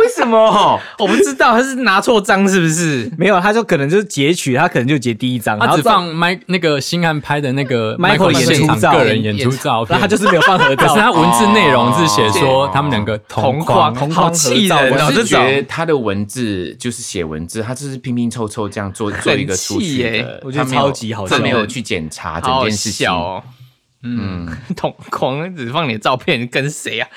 Speaker 3: 为什 么？
Speaker 1: 我不知道他是拿错章是不是？
Speaker 2: 没有，他就可能就是截取，他可能就截第一张，然
Speaker 4: 他
Speaker 2: 后
Speaker 4: 只
Speaker 2: 照
Speaker 4: 放麦那个星汉拍的那个
Speaker 2: Michael 演出
Speaker 4: 现场
Speaker 2: 照
Speaker 4: 个人演
Speaker 1: 演
Speaker 4: 出照
Speaker 2: 那
Speaker 4: 片，
Speaker 2: 他就是没有放合
Speaker 4: 可是
Speaker 2: 照。
Speaker 4: 他文字内容是写说
Speaker 3: 哦
Speaker 4: 他们两个同
Speaker 1: 框
Speaker 4: 框，
Speaker 2: 同
Speaker 1: 好
Speaker 2: 框
Speaker 1: 气
Speaker 2: 合照
Speaker 1: 人
Speaker 3: 我
Speaker 1: 哦！这
Speaker 3: 是觉得
Speaker 1: 种
Speaker 3: 他的文字就是写文字，他就是拼拼凑凑这 样做做一个出
Speaker 1: 气
Speaker 3: 去
Speaker 1: 耶
Speaker 3: 的，
Speaker 2: 我觉得
Speaker 3: 他没有
Speaker 2: 超级好笑
Speaker 3: 他没有去检查整
Speaker 1: 好好
Speaker 3: 件事情
Speaker 1: 笑。哦。
Speaker 3: 嗯，
Speaker 1: 同框只放你的照片跟谁啊？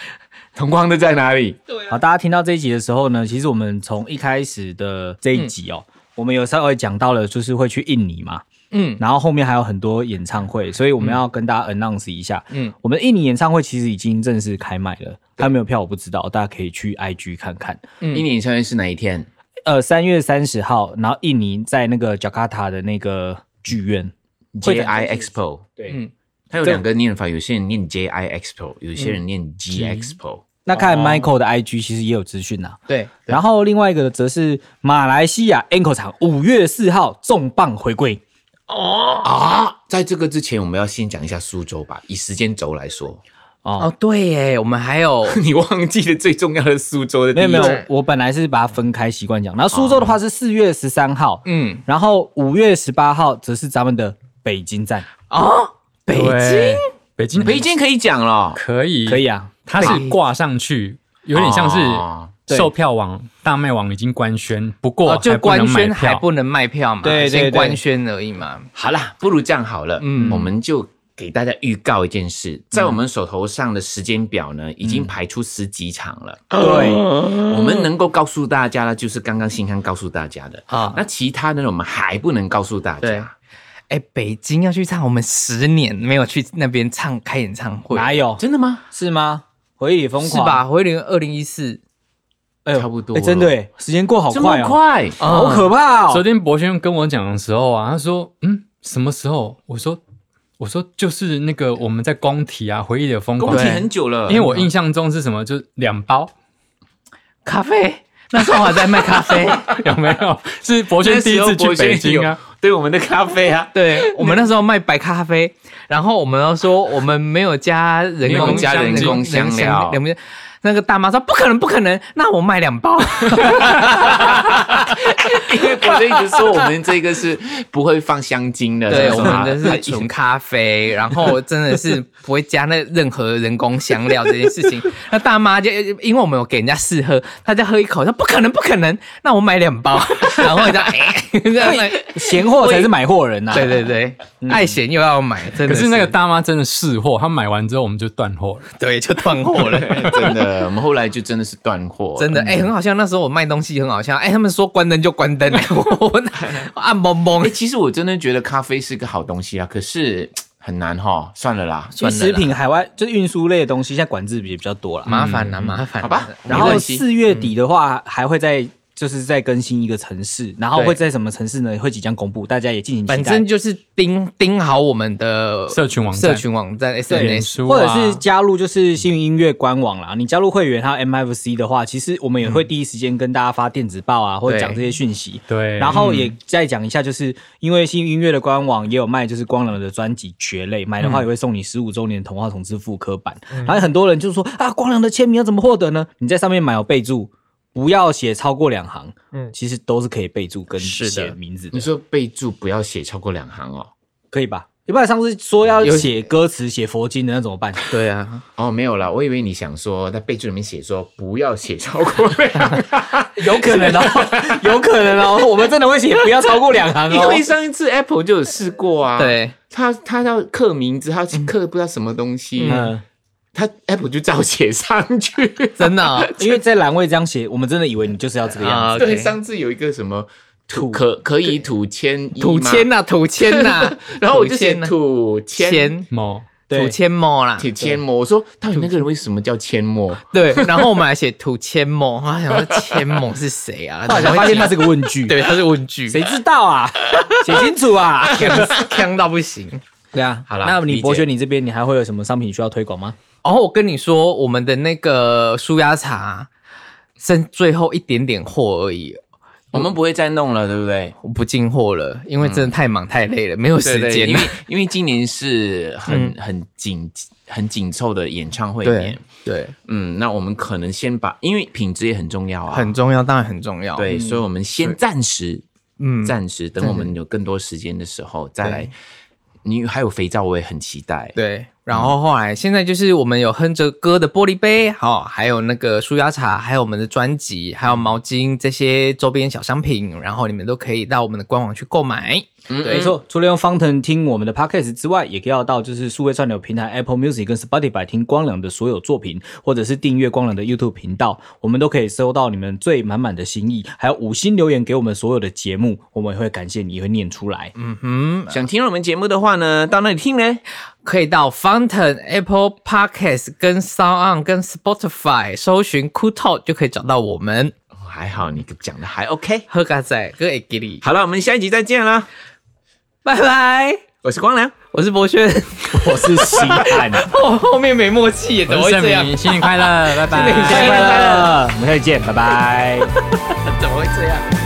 Speaker 3: 同框的在哪里？
Speaker 2: 好，大家听到这一集的时候呢，其实我们从一开始的这一集哦，我们有稍微讲到了，就是会去印尼嘛，
Speaker 1: 嗯，
Speaker 2: 然后后面还有很多演唱会，所以我们要跟大家 announce 一下，嗯
Speaker 1: 嗯，
Speaker 2: 我们印尼演唱会其实已经正式开卖了，还有没有票我不知道，大家可以去 IG 看看。
Speaker 3: 一年演唱会是哪一天？
Speaker 2: 呃，三月三十号，然后印尼在那个 Jakarta 的那个剧院，
Speaker 3: J I Expo，
Speaker 2: 对
Speaker 1: 嗯
Speaker 3: 它有两个念法，有些人念 J I Expo，有些人念 G Expo。
Speaker 2: 那看 Michael 的 IG 其实也有资讯呐。
Speaker 1: 对，
Speaker 2: 然后另外一个则是马来西亚 Anko 场五月四号重磅回归，
Speaker 3: 啊，在这个之前，我们要先讲一下苏州吧。以时间轴来说，
Speaker 1: 哦对耶，我们还 有
Speaker 3: 你忘记了最重要的苏州的
Speaker 2: 没
Speaker 3: 地
Speaker 2: 有没有
Speaker 1: 对，
Speaker 2: 我本来是把它分开习惯讲。然后苏州的话是四月十三号，
Speaker 1: 嗯
Speaker 2: 然后五月十八号则是咱们的北京站，
Speaker 1: 哦，北京
Speaker 4: 对，北京，
Speaker 3: 北京可以讲了，
Speaker 4: 可以
Speaker 2: 可以，啊。
Speaker 4: 它是挂上去，有点像
Speaker 3: 哦
Speaker 4: 是售票网大麦网已经官宣，不过
Speaker 1: 哦就
Speaker 4: 还不能
Speaker 1: 官
Speaker 4: 买
Speaker 1: 宣
Speaker 4: 票
Speaker 1: 还不能卖票嘛，
Speaker 2: 对对对
Speaker 1: 先官宣而已嘛。
Speaker 3: 好啦，不如这样好了，
Speaker 1: 嗯
Speaker 3: 我们就给大家预告一件事，在我们手头上的时间表呢，已经排出十几场了。
Speaker 2: 对，
Speaker 3: 我们能够告诉大家的，就是刚刚新康告诉大家的
Speaker 1: 啊
Speaker 3: 那其他的呢，我们还不能告诉大
Speaker 1: 对
Speaker 3: 家。
Speaker 1: 哎，北京要去唱，我们十年没有去那边唱开演唱会，
Speaker 2: 哪有？
Speaker 3: 真的吗？
Speaker 2: 是吗？回忆里疯
Speaker 1: 是
Speaker 2: 狂
Speaker 1: 吧？？回零二零一四，
Speaker 2: 哎呦
Speaker 3: 差不多
Speaker 2: 哎，真的耶，时间过好
Speaker 3: 这么
Speaker 2: 快哦，
Speaker 3: 快？
Speaker 2: 好可
Speaker 1: 哦
Speaker 2: 怕
Speaker 4: 昨
Speaker 2: 哦。
Speaker 4: 天博轩跟我讲的时候啊，他说：“嗯，什么时候？”我说：“我说就是那个我们在工体啊，回忆的疯
Speaker 3: 工
Speaker 4: 狂
Speaker 3: 体。很久”了，
Speaker 4: 因为我印象中是什么，就两包，
Speaker 1: 咖啡，那时候我还在卖咖 啡。
Speaker 4: 有没有？是博轩
Speaker 3: 那
Speaker 4: 第一
Speaker 3: 时候
Speaker 4: 次去
Speaker 3: 博轩
Speaker 4: 北京啊，
Speaker 3: 有对我们的咖啡啊，
Speaker 1: 对我们那时候卖白咖啡，然后我们都说我们没有加人
Speaker 3: 没
Speaker 1: 工
Speaker 3: 有加人工香料
Speaker 1: 人工那个大妈说不可能不可能，那我买两包。
Speaker 3: 因为博轩一直说我们这个是不会放香精的，
Speaker 1: 对，
Speaker 3: 什
Speaker 1: 我
Speaker 3: 么什
Speaker 1: 们
Speaker 3: 么
Speaker 1: 的是纯咖啡，然后真的是不会加那任何人工香料这件事情。那大妈就因为我们有给人家试喝，她再喝一口，她说不可能不可能，那我买两包，然后就哎，这样
Speaker 2: 闲货才是买货人呐。啊
Speaker 1: 对对对，爱贤又要买，真
Speaker 4: 可
Speaker 1: 的
Speaker 4: 是那个大妈真的是货，她买完之后我们就断货了。
Speaker 1: 对就断货了。
Speaker 3: 真的，我们后来就真的是断货，
Speaker 1: 真的，哎、很好笑。那时候我卖东西很好笑，哎、他们说关灯就关灯、 我啊我我按蒙
Speaker 3: 哎、
Speaker 1: 蒙。
Speaker 3: 其实我真的觉得咖啡是个好东西啊，可是很难哈，算了啦。
Speaker 2: 其实食品海外就是运输类的东西，现在管制比比较多了。
Speaker 1: 麻烦了、麻烦、
Speaker 3: 好吧
Speaker 2: 然
Speaker 3: 没
Speaker 2: 后
Speaker 3: 关系
Speaker 2: 四月底的话，还会再就是再更新一个城市，然后
Speaker 1: 对
Speaker 2: 会在什么城市呢？会即将公布，大家也敬请期待。
Speaker 1: 反正就是盯盯好我们的
Speaker 4: 社群网站
Speaker 1: 社群网站 SNS。
Speaker 4: 书
Speaker 2: 或者
Speaker 4: 啊
Speaker 2: 是加入就是幸运音乐官网啦，你加入会员还有 MFC 的话，其实我们也会第一时间跟大家发电子报啊，或者讲这些讯息。
Speaker 4: 对，
Speaker 2: 然后也再讲一下，就是因为幸运音乐的官网也有卖，就是光良的专辑《蕨类》，买的话也会送你十五周年童话重置复刻版。然后很多人就说啊，光良的签名要怎么获得呢？你在上面买有备注不要写超过两行，
Speaker 1: 嗯
Speaker 2: 嗯，其实都是可以备注跟
Speaker 1: 是的
Speaker 2: 写名字的
Speaker 3: 你，说备注不要写超过两行哦。
Speaker 2: 可以吧？要不然上次说要
Speaker 3: 有
Speaker 2: 写歌词、写佛经的那怎么办？
Speaker 1: 对啊，
Speaker 3: 哦，没有啦，我以为你想说在备注里面写说不要写超过 两行，
Speaker 2: 有可能哦，有可能哦，我们真的会写不要超过两行
Speaker 3: 因
Speaker 2: 哦。
Speaker 3: 为上一次 Apple 就有试过啊。，
Speaker 1: 对，
Speaker 3: 他他要刻名字，他要刻不知道什么东西，
Speaker 2: 嗯，
Speaker 3: 他 Apple 就照写上 去。
Speaker 1: 真的哦
Speaker 2: 啊因为在栏位这样写，我们真的以为你就是要这个样
Speaker 1: 啊
Speaker 2: 子。
Speaker 3: 对，
Speaker 1: ，OK
Speaker 3: 上次有一个什么土可可以土签
Speaker 1: 土签
Speaker 3: 呐，
Speaker 1: 呐，土签呐，
Speaker 3: 然后我就写
Speaker 1: 土签啊
Speaker 3: 土签
Speaker 1: 签
Speaker 4: 某
Speaker 1: 土
Speaker 2: 对，
Speaker 1: 签墨啦，
Speaker 3: 土签墨，我说到底那个人为什么叫阡陌？
Speaker 1: 对，然后我们还写土签墨，他想说签墨是谁啊？
Speaker 2: 后来才发现它是个问句，，
Speaker 1: 对，他是问句，
Speaker 2: 谁知道 啊？写清楚啊！
Speaker 1: 呛呛到不行。
Speaker 2: 对啊，
Speaker 3: 好啦
Speaker 2: 那
Speaker 3: 理
Speaker 2: 你
Speaker 3: 解
Speaker 2: 博轩，你这边你还会有什么商品需要推广吗？
Speaker 1: 然后我跟你说，我们的那个舒压茶剩最后一点点货而已，
Speaker 3: 我们不会再弄了，对不对？
Speaker 1: 我不进货了，因为真的太忙太累了，没有时
Speaker 3: 嗯对对，
Speaker 1: 间
Speaker 3: 因
Speaker 1: 了
Speaker 3: 为。因为今年是很很紧很紧凑的演唱会年
Speaker 1: 对，对，
Speaker 3: 嗯，那我们可能先把，因为品质也很重要啊，
Speaker 1: 很重要，当然很重要。
Speaker 3: 对，所以我们先暂时
Speaker 1: 嗯，
Speaker 3: 暂时等我们有更多时间的时候再来。你还有肥皂，我也很期待。
Speaker 1: 对。然后后来现在就是我们有哼着歌的玻璃杯，好、还有那个舒压茶，还有我们的专辑，还有毛巾这些周边小商品，然后你们都可以到我们的官网去购买。
Speaker 3: 嗯
Speaker 2: 没错，除了用方腾听我们的 podcast 之外，也可以要到就是数位串流平台 Apple Music 跟 Spotify 听光良的所有作品，或者是订阅光良的 YouTube 频道，我们都可以收到你们最满满的心意，还有五星留言给我们所有的节目，我们也会感谢你，也会念出来。嗯，
Speaker 3: 想听我们节目的话呢，到那里听呢。
Speaker 1: 可以到 Fountain、Apple Podcast、跟 Sound On、跟 Spotify 搜寻 Cool Talk 就可以找到我们。
Speaker 3: 哦还好你讲的还 OK。
Speaker 1: 喝咖仔，哥也给你，
Speaker 3: 好了，我们下一集再见啦。
Speaker 1: 拜拜！
Speaker 3: 我是光良，
Speaker 1: 我是博 轩，
Speaker 2: 我是西 汉，
Speaker 1: 后哦后面没默契耶，怎么
Speaker 4: 我
Speaker 1: 会
Speaker 4: 是
Speaker 1: 这样
Speaker 4: 盛？明，新年快乐，拜拜。
Speaker 1: 啊
Speaker 2: 新年快乐，我们下次见，拜拜。
Speaker 1: 怎么会这样？